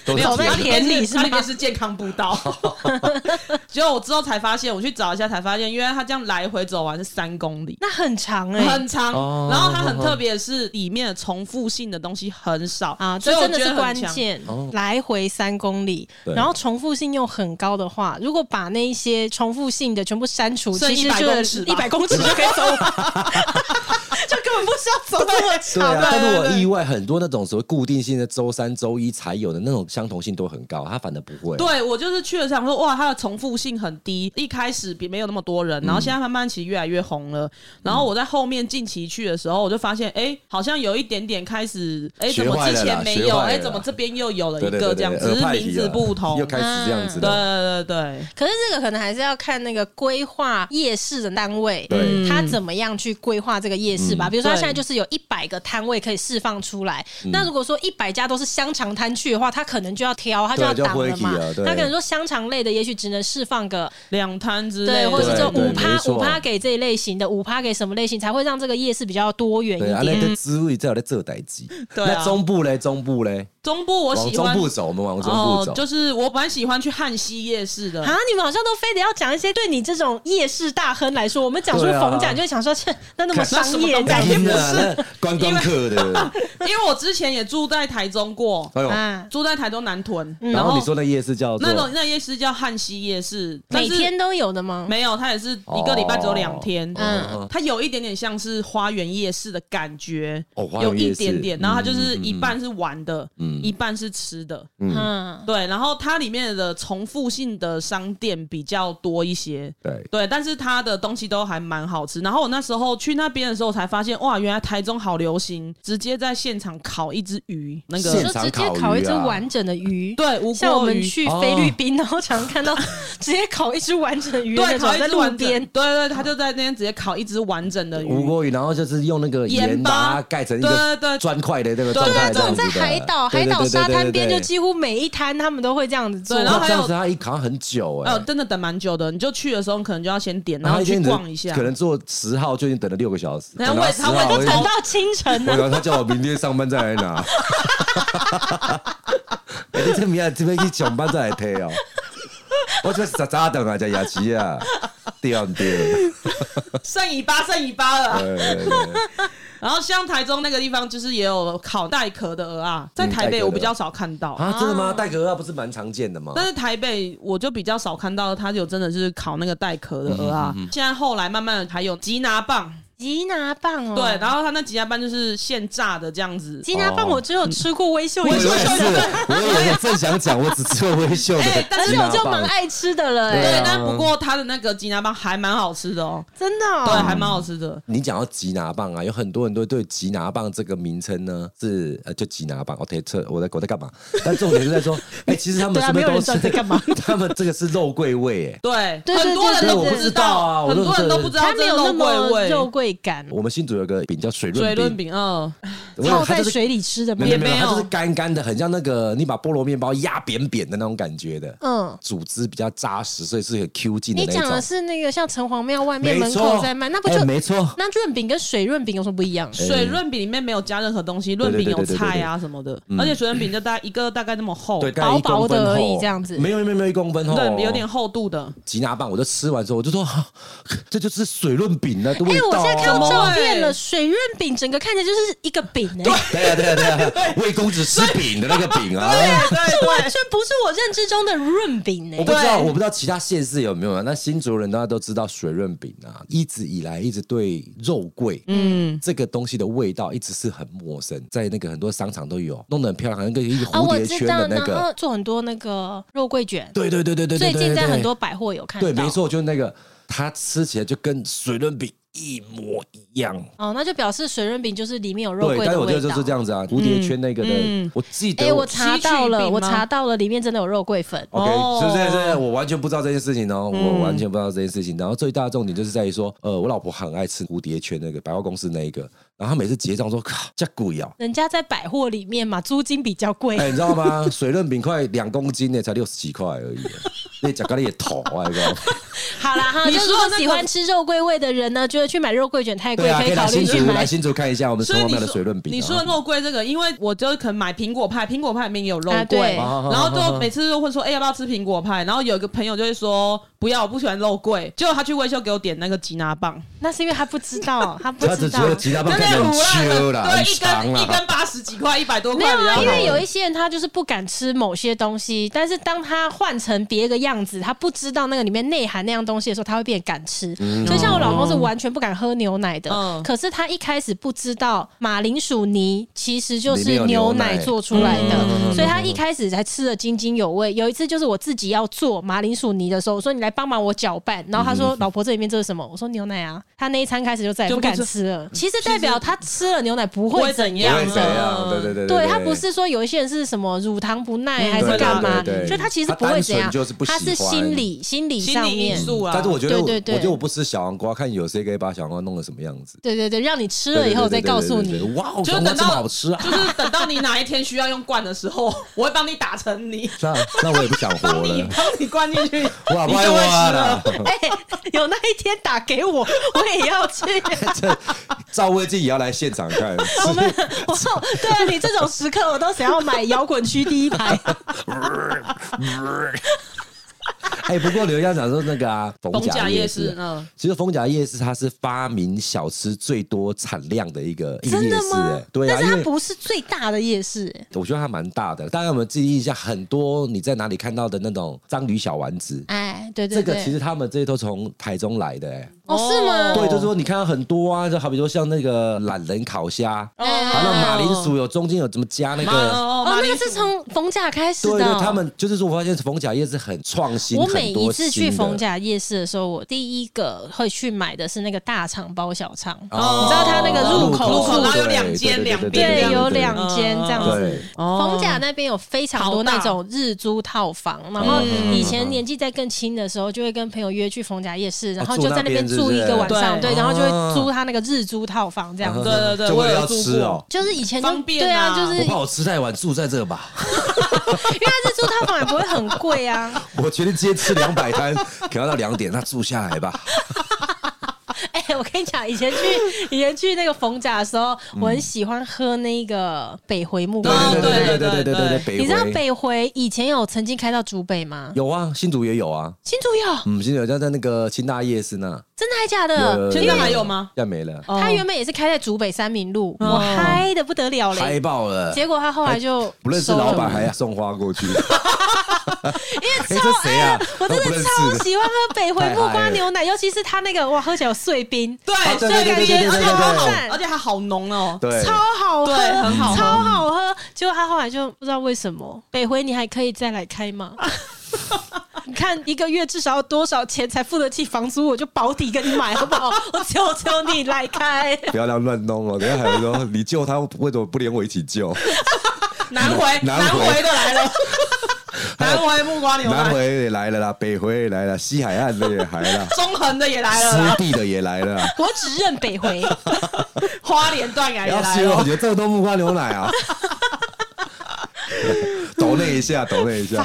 Speaker 1: 都
Speaker 2: 没
Speaker 1: 是
Speaker 2: 有，
Speaker 3: 走在
Speaker 2: 它
Speaker 1: 甜的
Speaker 2: 里
Speaker 3: 田
Speaker 2: 面
Speaker 3: 里
Speaker 2: 是
Speaker 3: 是
Speaker 2: 它里
Speaker 3: 吗
Speaker 2: 面是健康步 道。结果我之后才发现，我去找一下才发现，因为它这样来回走完是三公里。
Speaker 3: 那很长哎、
Speaker 2: 很长，
Speaker 1: 哦
Speaker 2: 然后它很特别，的是里面的重复性的东西很少
Speaker 3: 啊，
Speaker 2: 所
Speaker 3: 这
Speaker 2: 以我
Speaker 3: 真的
Speaker 2: 觉
Speaker 3: 是
Speaker 2: 得
Speaker 3: 关
Speaker 2: 很强。
Speaker 3: 键
Speaker 1: 哦。
Speaker 3: 来回三公里，
Speaker 1: 对
Speaker 3: 然后重复性又很高的话，如果把那一些重复性的全部删除，
Speaker 2: 剩
Speaker 3: 其实
Speaker 2: 100公
Speaker 3: 就
Speaker 2: 尺
Speaker 3: 一
Speaker 2: 吧
Speaker 3: 百公尺就可以 走完，就根本不需要走那么
Speaker 1: 对
Speaker 3: 长
Speaker 1: 啊，
Speaker 3: 的。
Speaker 1: 但是我意外很多那种所谓固定性的周三、周一才有的那种相同性都很高，它反而不会。
Speaker 2: 对我就是去了想说，哇，它的重复性很低，一开始比没有那么多
Speaker 1: 嗯
Speaker 2: 人，然后现在慢慢其实越来越红了。然后我在后面近期去的时候，我就发现，哎、好像有一点点开始，哎、
Speaker 1: 学
Speaker 2: 怎么
Speaker 1: 坏了
Speaker 2: 之前
Speaker 1: 啦
Speaker 2: 没
Speaker 1: 学
Speaker 2: 有，
Speaker 1: 坏了
Speaker 2: 哎、
Speaker 1: 啦
Speaker 2: 怎么这边又有了
Speaker 1: 对
Speaker 2: 一
Speaker 1: 对
Speaker 2: 个
Speaker 1: 对
Speaker 2: 这样，
Speaker 1: 对
Speaker 2: 只是
Speaker 1: 耳派
Speaker 2: 名
Speaker 1: 题
Speaker 2: 字
Speaker 1: 了
Speaker 2: 不同。嗯
Speaker 1: 又开始这样子
Speaker 2: 对
Speaker 1: 的。
Speaker 2: 对对对，
Speaker 3: 可是这个可能还是要看那个规划夜市的单位，
Speaker 1: 对嗯
Speaker 3: 他怎么样去规划这个夜市吧。比如说，他
Speaker 2: 对
Speaker 3: 现在就是有一百个摊位可以释放出来，
Speaker 1: 嗯
Speaker 3: 那如果说一百家都是香肠摊去的话，他可能就要挑，他就要
Speaker 1: 对就
Speaker 3: 挡了嘛
Speaker 1: 会议了。对
Speaker 3: 他可能说香肠类的，也许只能释放个
Speaker 2: 两摊之类
Speaker 3: 对，
Speaker 2: 的，
Speaker 3: 或者是这种
Speaker 1: 对
Speaker 3: 五
Speaker 1: 对没
Speaker 3: 趴
Speaker 1: 错
Speaker 3: 五趴给这一类型的，五趴给什么类型，才会让这个夜市比较多元一
Speaker 1: 对啊，那
Speaker 3: 点。
Speaker 1: 个滋味在我在这代机。
Speaker 2: 对啊
Speaker 1: 那中部嘞，中部嘞，
Speaker 2: 中部我
Speaker 1: 往
Speaker 2: 喜
Speaker 1: 中
Speaker 2: 欢
Speaker 1: 部走，我们往中部
Speaker 2: 哦
Speaker 1: 走，。
Speaker 2: 就是我蛮喜欢去汉西夜市的。
Speaker 3: 啊！你们好像都非得要讲一些对你这种夜市大亨来说，我们讲出
Speaker 1: 对啊
Speaker 3: 逢甲就会想说，切，那那么
Speaker 1: 看
Speaker 3: 商
Speaker 2: 那什么
Speaker 3: 业
Speaker 2: 东西
Speaker 3: 感觉
Speaker 2: 不
Speaker 1: 天
Speaker 2: 是
Speaker 1: 哪啊那观光客的。
Speaker 2: 因为我之前也住在台中过，
Speaker 1: 哎呦，
Speaker 3: 啊，
Speaker 2: 住在台中南屯，
Speaker 3: 嗯
Speaker 1: 然
Speaker 2: 后
Speaker 1: 后你说那夜市叫做
Speaker 2: 那种那夜市叫汉西夜市，但
Speaker 3: 每
Speaker 2: 是
Speaker 3: 天都有的吗？
Speaker 2: 没有，它也是一个礼拜只有两天。
Speaker 3: 哦
Speaker 1: 嗯
Speaker 2: 它有一点点像是花园夜市的感觉，
Speaker 1: 哦花园
Speaker 2: 有一
Speaker 1: 夜市
Speaker 2: 点点。然后它就是
Speaker 1: 嗯嗯嗯
Speaker 2: 一半是玩的，
Speaker 1: 嗯
Speaker 2: 一半是吃的。
Speaker 3: 嗯，
Speaker 2: 对，然后它里面的重复性的商店比较多一些，
Speaker 1: 对，
Speaker 2: 对，但是它的东西都还蛮好吃。然后我那时候去那边的时候，才发现哇，原来台中好流行，直接在现场烤一只鱼，那
Speaker 3: 你
Speaker 2: 个
Speaker 1: 现
Speaker 3: 说
Speaker 1: 场
Speaker 3: 直接
Speaker 1: 烤
Speaker 3: 烤一
Speaker 1: 鱼
Speaker 3: 只
Speaker 1: 啊
Speaker 3: 完整的鱼，
Speaker 2: 对无
Speaker 3: 像我
Speaker 2: 锅
Speaker 3: 们
Speaker 2: 鱼。
Speaker 3: 去
Speaker 1: 哦
Speaker 3: 菲律宾，然后常看到 直接烤一只完整的鱼的那
Speaker 2: 对，
Speaker 3: 种，
Speaker 2: 烤一
Speaker 3: 在
Speaker 2: 只
Speaker 3: 路
Speaker 2: 完整，
Speaker 3: 边
Speaker 2: 对。对，他就在那边直接烤一只完整的
Speaker 1: 吴
Speaker 2: 鱼。
Speaker 1: 锅鱼，然后就是用那个
Speaker 2: 盐
Speaker 1: 盐
Speaker 2: 巴
Speaker 1: 把它盖成一
Speaker 2: 对对
Speaker 1: 个
Speaker 2: 对
Speaker 1: 砖块的那个
Speaker 2: 对
Speaker 1: 状
Speaker 2: 对
Speaker 1: 态，
Speaker 3: 这种
Speaker 1: 样子
Speaker 3: 在
Speaker 1: 的
Speaker 3: 海岛、海岛沙滩边，就几乎每一摊他们都会这样子做
Speaker 2: 对。然后还
Speaker 1: 这
Speaker 2: 有
Speaker 1: 样子，它一烤很久哎
Speaker 2: 哦，，真的等蛮久的，你就去的时候你可能就要先点，然
Speaker 1: 它
Speaker 2: 后
Speaker 1: 啊一
Speaker 2: 去
Speaker 1: 天只
Speaker 2: 逛一下。
Speaker 1: 可能坐十号就已经等了六个小时，
Speaker 2: 然后
Speaker 1: 等到
Speaker 2: 我也
Speaker 1: 10
Speaker 2: 他我也
Speaker 1: 号
Speaker 2: 都
Speaker 1: 我
Speaker 3: 等到清晨啊呢、
Speaker 1: 然后他叫我明天上班再来拿。 哎、你这明仔这边去上班再来提哦。我这早早等啊，在牙齿啊，对啊对啊。呃
Speaker 2: 剩一巴，剩一巴了啊、
Speaker 1: 对对对
Speaker 2: 然后像台中那个地方，就是也有烤带壳的鹅啊，在
Speaker 1: 嗯
Speaker 2: 台
Speaker 1: 带壳
Speaker 2: 北
Speaker 1: 的
Speaker 2: 我比较少看到。
Speaker 1: 啊，真的
Speaker 2: 哦
Speaker 1: 吗？带壳啊，不是蛮常见的吗？
Speaker 2: 但是台北我就比较少看到，它有真的是烤那个带壳的鹅啊。现在后来慢慢还有吉拿棒，
Speaker 3: 吉拿棒哦，
Speaker 2: 对，然后它那吉拿棒就是现炸的这样子。
Speaker 3: 吉拿
Speaker 1: 哦
Speaker 3: 棒我只有吃过微秀
Speaker 2: 嗯
Speaker 1: 我
Speaker 3: 一
Speaker 1: 也是，
Speaker 3: 次，
Speaker 1: 我也正想讲，我只吃了微秀的
Speaker 2: 哎但
Speaker 3: 而
Speaker 1: 吉
Speaker 3: 且我
Speaker 1: 拿
Speaker 3: 就
Speaker 1: 棒
Speaker 3: 蛮爱吃的了、
Speaker 1: 对
Speaker 3: 哎，
Speaker 2: 对
Speaker 1: 啊，
Speaker 2: 但不过它的那个吉拿棒还蛮好吃的哦，
Speaker 3: 真的、
Speaker 2: 对，
Speaker 3: 哦。
Speaker 2: 还蛮好吃的。
Speaker 1: 你讲到吉拿棒啊，有很多人都对吉拿棒这个名称呢是呃就吉拿棒，OK，这我在我在干嘛？但重点是在说，哎、其实他们
Speaker 3: 对啊
Speaker 1: 是不是
Speaker 3: 没有人
Speaker 1: 都
Speaker 3: 知道你在
Speaker 1: 是
Speaker 3: 干嘛？
Speaker 1: 他们这个是肉桂味、哎，
Speaker 2: 对，
Speaker 3: 对
Speaker 2: 很多人
Speaker 3: 对对
Speaker 2: 都
Speaker 3: 对
Speaker 2: 不
Speaker 3: 对
Speaker 2: 知
Speaker 1: 对对
Speaker 2: 道，
Speaker 1: 我
Speaker 2: 很
Speaker 1: 都
Speaker 2: 多人
Speaker 1: 是
Speaker 2: 都不知道
Speaker 3: 它没
Speaker 2: 这
Speaker 3: 有那
Speaker 2: 肉
Speaker 3: 么
Speaker 2: 桂
Speaker 3: 肉
Speaker 2: 味。
Speaker 3: 桂感，
Speaker 1: 我们新竹有个饼叫水
Speaker 2: 水
Speaker 1: 润
Speaker 2: 润
Speaker 1: 饼，
Speaker 2: 饼，嗯，
Speaker 1: 我
Speaker 3: 泡
Speaker 1: 想它
Speaker 3: 在
Speaker 1: 就是。
Speaker 3: 水里吃的吗
Speaker 1: 没？有没有，
Speaker 2: 也没有
Speaker 1: 它就是干干的，很像那个你把菠萝面包压扁扁的那种感觉的，
Speaker 3: 嗯，
Speaker 1: 组织比较扎实，所以是很 Q 劲的
Speaker 3: 你
Speaker 1: 那
Speaker 3: 讲的
Speaker 1: 种。
Speaker 3: 是那个像城隍庙外面
Speaker 1: 没
Speaker 3: 门
Speaker 1: 错
Speaker 3: 口在卖，那不
Speaker 1: 哎
Speaker 3: 就、
Speaker 1: 没错，哎
Speaker 3: 那润饼跟水润饼有什么不一样？
Speaker 2: 水润饼里面没有加任何东西，
Speaker 1: 对
Speaker 2: 润
Speaker 1: 对
Speaker 2: 饼
Speaker 1: 对
Speaker 2: 有
Speaker 1: 对对对嗯
Speaker 2: 菜啊什么的，而且水润饼就大一个大概那么厚，
Speaker 1: 对，
Speaker 2: 对，
Speaker 1: 大概一
Speaker 3: 薄薄
Speaker 1: 公分
Speaker 3: 的而已
Speaker 1: 厚
Speaker 3: 这样子
Speaker 1: 没有没有没有一公分厚哦，
Speaker 2: 有点厚度的。
Speaker 1: 吉拿棒，我就吃完之后我就说， 啊这就是水润饼的
Speaker 3: 哎、
Speaker 1: 味道、
Speaker 3: 我
Speaker 1: 啊。
Speaker 3: 现在看到
Speaker 2: 怎么
Speaker 3: 照
Speaker 2: 会
Speaker 3: 片了，水润饼整个看起来就是一个饼、哎，
Speaker 1: 对啊对啊对 啊，魏公子吃饼的那个饼啊。
Speaker 3: 这完全不是我认知中的润饼哎、
Speaker 1: 我不知道，我不知道其他县市有没有啊。那新竹人大家都知道水润饼啊，一直以来一直对肉桂，嗯，这个东西的味道一直是很陌生，在那个很多商场都有，弄得很漂亮，好像跟一个
Speaker 3: 啊，
Speaker 1: 蝴
Speaker 3: 我
Speaker 1: 蝶
Speaker 3: 知
Speaker 1: 圈
Speaker 3: 道，
Speaker 1: 的那
Speaker 3: 然
Speaker 1: 个。
Speaker 3: 后做很多那个肉桂卷，
Speaker 1: 对对对对对对，
Speaker 3: 最
Speaker 1: 对
Speaker 3: 近在很多百货有看到。
Speaker 1: 对，对没。错，就那个，它吃起来就跟水润饼一模一样。
Speaker 3: 哦，那就表示水润饼就是里面有肉
Speaker 1: 对，
Speaker 3: 桂
Speaker 1: 但是
Speaker 3: 的
Speaker 1: 我觉
Speaker 3: 味
Speaker 1: 得
Speaker 3: 道。
Speaker 1: 就是这样子啊，蝴蝶圈那个的
Speaker 2: 嗯，
Speaker 1: 我记得
Speaker 3: 哎、我查到
Speaker 2: 西芹
Speaker 3: 了，
Speaker 2: 饼吗
Speaker 3: 我查到了，里面真的有肉桂粉。
Speaker 1: OK，
Speaker 2: 哦嗯
Speaker 1: 是不是？是不是我完全不知道这件事情哦，我完全不知道这件事情。然后最大的重点就是在于说，呃，我老婆很爱吃蝴蝶圈那个百货公司那一个，然后她每次结账说，靠，这贵哦。
Speaker 3: 人家在百货里面嘛，租金比较贵。
Speaker 1: 哎、你知道吗？水润饼块两公斤呢，才六十几块而已，啊那讲咖喱也头，哎，你知道吗
Speaker 3: 好啦哈，
Speaker 2: 你
Speaker 3: 就
Speaker 2: 说
Speaker 3: 如果
Speaker 2: 那个
Speaker 3: 喜欢吃肉桂味的人呢，就得去买肉桂卷太贵，
Speaker 1: 对啊，可
Speaker 3: 可
Speaker 1: 以
Speaker 3: 以考
Speaker 1: 来
Speaker 3: 虑
Speaker 1: 新
Speaker 3: 去
Speaker 1: 竹
Speaker 3: 买
Speaker 1: 来。新竹看一下我们
Speaker 2: 所
Speaker 1: 城隍
Speaker 2: 以你
Speaker 1: 庙
Speaker 2: 说
Speaker 1: 的水润饼啊。
Speaker 2: 你说的肉桂这个，因为我就可能买苹果派，苹果派里面也有肉
Speaker 3: 啊
Speaker 2: 桂，
Speaker 3: 对
Speaker 1: 啊
Speaker 2: 然后就每次都会说，哎、要不要吃苹果派？然后有一个朋友就会说，不要，我不喜欢肉桂。结果他去微秀给我点那个吉拿棒，
Speaker 3: 那是因为他不知道，他 不
Speaker 1: 他
Speaker 3: 知
Speaker 1: 只
Speaker 3: 道
Speaker 1: 觉。得 吉他棒
Speaker 2: 真
Speaker 1: 感
Speaker 2: 的
Speaker 1: 觉
Speaker 2: 很
Speaker 1: 很
Speaker 2: 烂
Speaker 1: 秋
Speaker 2: 的，
Speaker 1: 啦，
Speaker 2: 对，
Speaker 1: 很
Speaker 2: 一
Speaker 1: 长
Speaker 2: 根一
Speaker 1: 啦。
Speaker 2: 根八十几块，一百多
Speaker 3: 没
Speaker 2: 块
Speaker 3: 有
Speaker 2: 比较
Speaker 3: 啊，
Speaker 2: 好，
Speaker 3: 因为有一些人他就是不敢吃某些东西，但是当他换成别个样子，他不知道那个里面内涵那样东西的时候，他会变敢吃。所以像我老公是完全不敢喝牛奶的，
Speaker 2: 嗯
Speaker 3: 可是他一开始不知道马铃薯泥其实就
Speaker 1: 里面
Speaker 3: 是
Speaker 1: 有牛
Speaker 3: 牛
Speaker 1: 奶
Speaker 3: 奶做出来的，
Speaker 1: 嗯
Speaker 3: 所以他一开始才吃的津津有味。有一次就是我自己要做马铃薯泥的时候，我说你来帮忙我搅拌，然后他说：“老婆，这里面这是什么？”我说：“牛奶啊。”他那一餐开始就再也
Speaker 2: 就
Speaker 3: 不
Speaker 2: 不
Speaker 3: 敢
Speaker 2: 吃
Speaker 3: 吃了。其实代表他吃了牛奶不会怎
Speaker 1: 不
Speaker 3: 样啊
Speaker 1: 会
Speaker 2: 不会
Speaker 1: 怎
Speaker 2: 怎啊
Speaker 3: 的。
Speaker 1: 样，对对对
Speaker 3: 对他不是说有一些人是什么乳糖不耐
Speaker 2: 嗯
Speaker 3: 还是干嘛，
Speaker 1: 对对对对
Speaker 3: 所以他其实不会怎
Speaker 1: 他单纯
Speaker 3: 样，
Speaker 1: 就是不喜
Speaker 3: 他
Speaker 1: 欢
Speaker 3: 是心理心理
Speaker 2: 心
Speaker 3: 上
Speaker 2: 理因
Speaker 3: 面，
Speaker 2: 素啊。
Speaker 1: 但是我觉得我，
Speaker 3: 对对对
Speaker 1: 我觉得我不吃小黄瓜，看有谁可以把小黄瓜弄得什么样子。
Speaker 3: 对对对，让你吃了以后再告诉
Speaker 1: 对。对对对对
Speaker 3: 你。
Speaker 1: 对哇，
Speaker 2: 就
Speaker 1: 小黄瓜
Speaker 2: 等
Speaker 1: 这么
Speaker 2: 到
Speaker 1: 好吃啊！
Speaker 2: 就是等到你哪一天需要用罐的时候，我会帮你打成泥，
Speaker 1: 那啊那我也不想活
Speaker 2: 帮你
Speaker 1: 了，
Speaker 2: 帮你灌进 去，
Speaker 1: 哇，啊
Speaker 2: 你
Speaker 1: 不爱
Speaker 2: 就会
Speaker 1: 挖
Speaker 2: 吃了
Speaker 1: 了。。
Speaker 3: 哎、有那一天打给我， 我也要去。
Speaker 1: 这赵薇自己也要来现场 看，
Speaker 3: 我们，我对啊，你这种时刻我都想要买摇滚区第一排。
Speaker 1: 哎、不过刘洋讲说那个啊，逢
Speaker 2: 逢甲
Speaker 1: 甲
Speaker 2: 夜
Speaker 1: 市
Speaker 2: 市，，嗯，
Speaker 1: 其实逢甲夜市它是发明小吃最多产量的一 个一个
Speaker 3: 真
Speaker 1: 夜
Speaker 3: 的
Speaker 1: 市、
Speaker 3: 吗
Speaker 1: 哎，？对啊，
Speaker 3: 但是
Speaker 1: 因
Speaker 3: 它
Speaker 1: 为。
Speaker 3: 不是最大的夜市、
Speaker 1: 我觉得它蛮大的，大家有没有记忆一下？很多你在哪里看到的那种章鱼小丸子，
Speaker 3: 哎，对对
Speaker 1: 这
Speaker 3: 对，
Speaker 1: 个其实他们这些都从台中来的、哎、
Speaker 3: 哦是吗？
Speaker 1: 对，就是说你看到很多啊，就好比说像那个懒人烤虾，
Speaker 2: 哦
Speaker 1: 还有那马铃薯有中间有怎么加那
Speaker 2: 马
Speaker 1: 个，
Speaker 2: 哦
Speaker 3: 哦，
Speaker 2: 马
Speaker 3: 那
Speaker 2: 铃
Speaker 3: 个
Speaker 2: 薯
Speaker 3: 是从逢甲开始
Speaker 1: 对
Speaker 3: 的哦、
Speaker 1: 对，他们就是说我发现逢甲夜市很创新，
Speaker 3: 我每
Speaker 1: 很多
Speaker 3: 一次去
Speaker 1: 新的
Speaker 3: 逢甲夜市的时候，我第一个会去买的是那个大肠包小肠，
Speaker 1: 哦
Speaker 3: 你知道它那个入口处
Speaker 2: 然后有两间两边这
Speaker 3: 啊对，
Speaker 2: 样
Speaker 3: 有两间嗯这样
Speaker 1: 对
Speaker 3: 子。逢甲那边有非常多那种日租套房，然后以前年纪再更轻的时候，就会跟朋友约去逢甲夜市，然后就在那边啊住一个晚
Speaker 2: 哦住
Speaker 3: 上，
Speaker 2: 那边是不是对
Speaker 3: 对，然后就会租他那个日租套房这样子。
Speaker 2: 对对对
Speaker 1: 就为
Speaker 2: 我
Speaker 1: 了
Speaker 2: 有
Speaker 1: 要
Speaker 2: 住
Speaker 1: 吃
Speaker 2: 过
Speaker 1: 哦。
Speaker 3: 就是以前就
Speaker 2: 方便
Speaker 3: 对啊，
Speaker 2: 啊
Speaker 3: 就是
Speaker 1: 我
Speaker 3: 因为
Speaker 1: 怕我吃太晚，住在这吧。
Speaker 3: 它日租套房也不会很贵啊，
Speaker 1: 我决定今天吃两百摊， 可能要到两点，那住下来吧。
Speaker 3: 哎、我跟你讲，以前去以前去那个逢甲的时候，我很喜欢喝那个北回木瓜。
Speaker 2: 哦
Speaker 1: 对对对对对对对对
Speaker 2: 对
Speaker 1: 对，
Speaker 3: 你知道
Speaker 1: 回
Speaker 3: 北回以前有曾经开到竹北吗？
Speaker 1: 有啊，新竹也有啊。
Speaker 3: 新竹有，
Speaker 1: 嗯，新竹有家在那个清大夜市那，
Speaker 3: 真的还假
Speaker 1: 有
Speaker 3: 的？
Speaker 2: 现在还有吗？
Speaker 1: 现在没了，
Speaker 2: 哦
Speaker 3: 他原本也是开在竹北三民路，
Speaker 2: 哦
Speaker 3: 我嗨的不得了
Speaker 1: 嗨
Speaker 3: 嘞。
Speaker 1: 爆了。
Speaker 3: 结果他后来就
Speaker 1: 不认识
Speaker 3: 收了
Speaker 1: 老板还送花过去，因为这谁啊？
Speaker 3: 我真
Speaker 1: 都不
Speaker 3: 的
Speaker 1: 认识
Speaker 3: 超喜欢喝北回木
Speaker 1: 太嗨
Speaker 3: 瓜
Speaker 1: 了
Speaker 3: 牛奶，尤其是他那个哇，喝起来有碎冰，
Speaker 2: 对
Speaker 1: 啊对
Speaker 2: 这
Speaker 1: 对
Speaker 2: 个
Speaker 1: 对对
Speaker 2: 边
Speaker 1: 对对
Speaker 2: 而且
Speaker 1: 对
Speaker 2: 它
Speaker 1: 对
Speaker 2: 好，而且它好浓哦。
Speaker 1: 对，
Speaker 3: 超好喝，
Speaker 2: 对很好喝
Speaker 3: 超好喝。结果他后来就不知道为什么，北回你还可以再来开吗？你看一个月至少要多少钱才付得起房租？我就保底跟你买好不好？我求求你来开，
Speaker 1: 不要这样乱弄哦。等一下还有人说你救他，为什么不连我一起救？
Speaker 2: 南回
Speaker 1: 南
Speaker 2: 南
Speaker 1: 回
Speaker 2: 回的 来了，南回木瓜牛
Speaker 1: 南
Speaker 2: 奶，，
Speaker 1: 回也来了啦，北回也来了，西海岸的也来了
Speaker 2: 中横的也来了
Speaker 1: 湿
Speaker 2: 啦，
Speaker 1: 地的也来了啦。
Speaker 3: 我只认北回。
Speaker 2: 花莲断崖也
Speaker 1: 要
Speaker 2: 来
Speaker 1: 吃，我
Speaker 2: 了。
Speaker 1: 觉得这么多木瓜牛奶啊！抖那一下，抖那一下。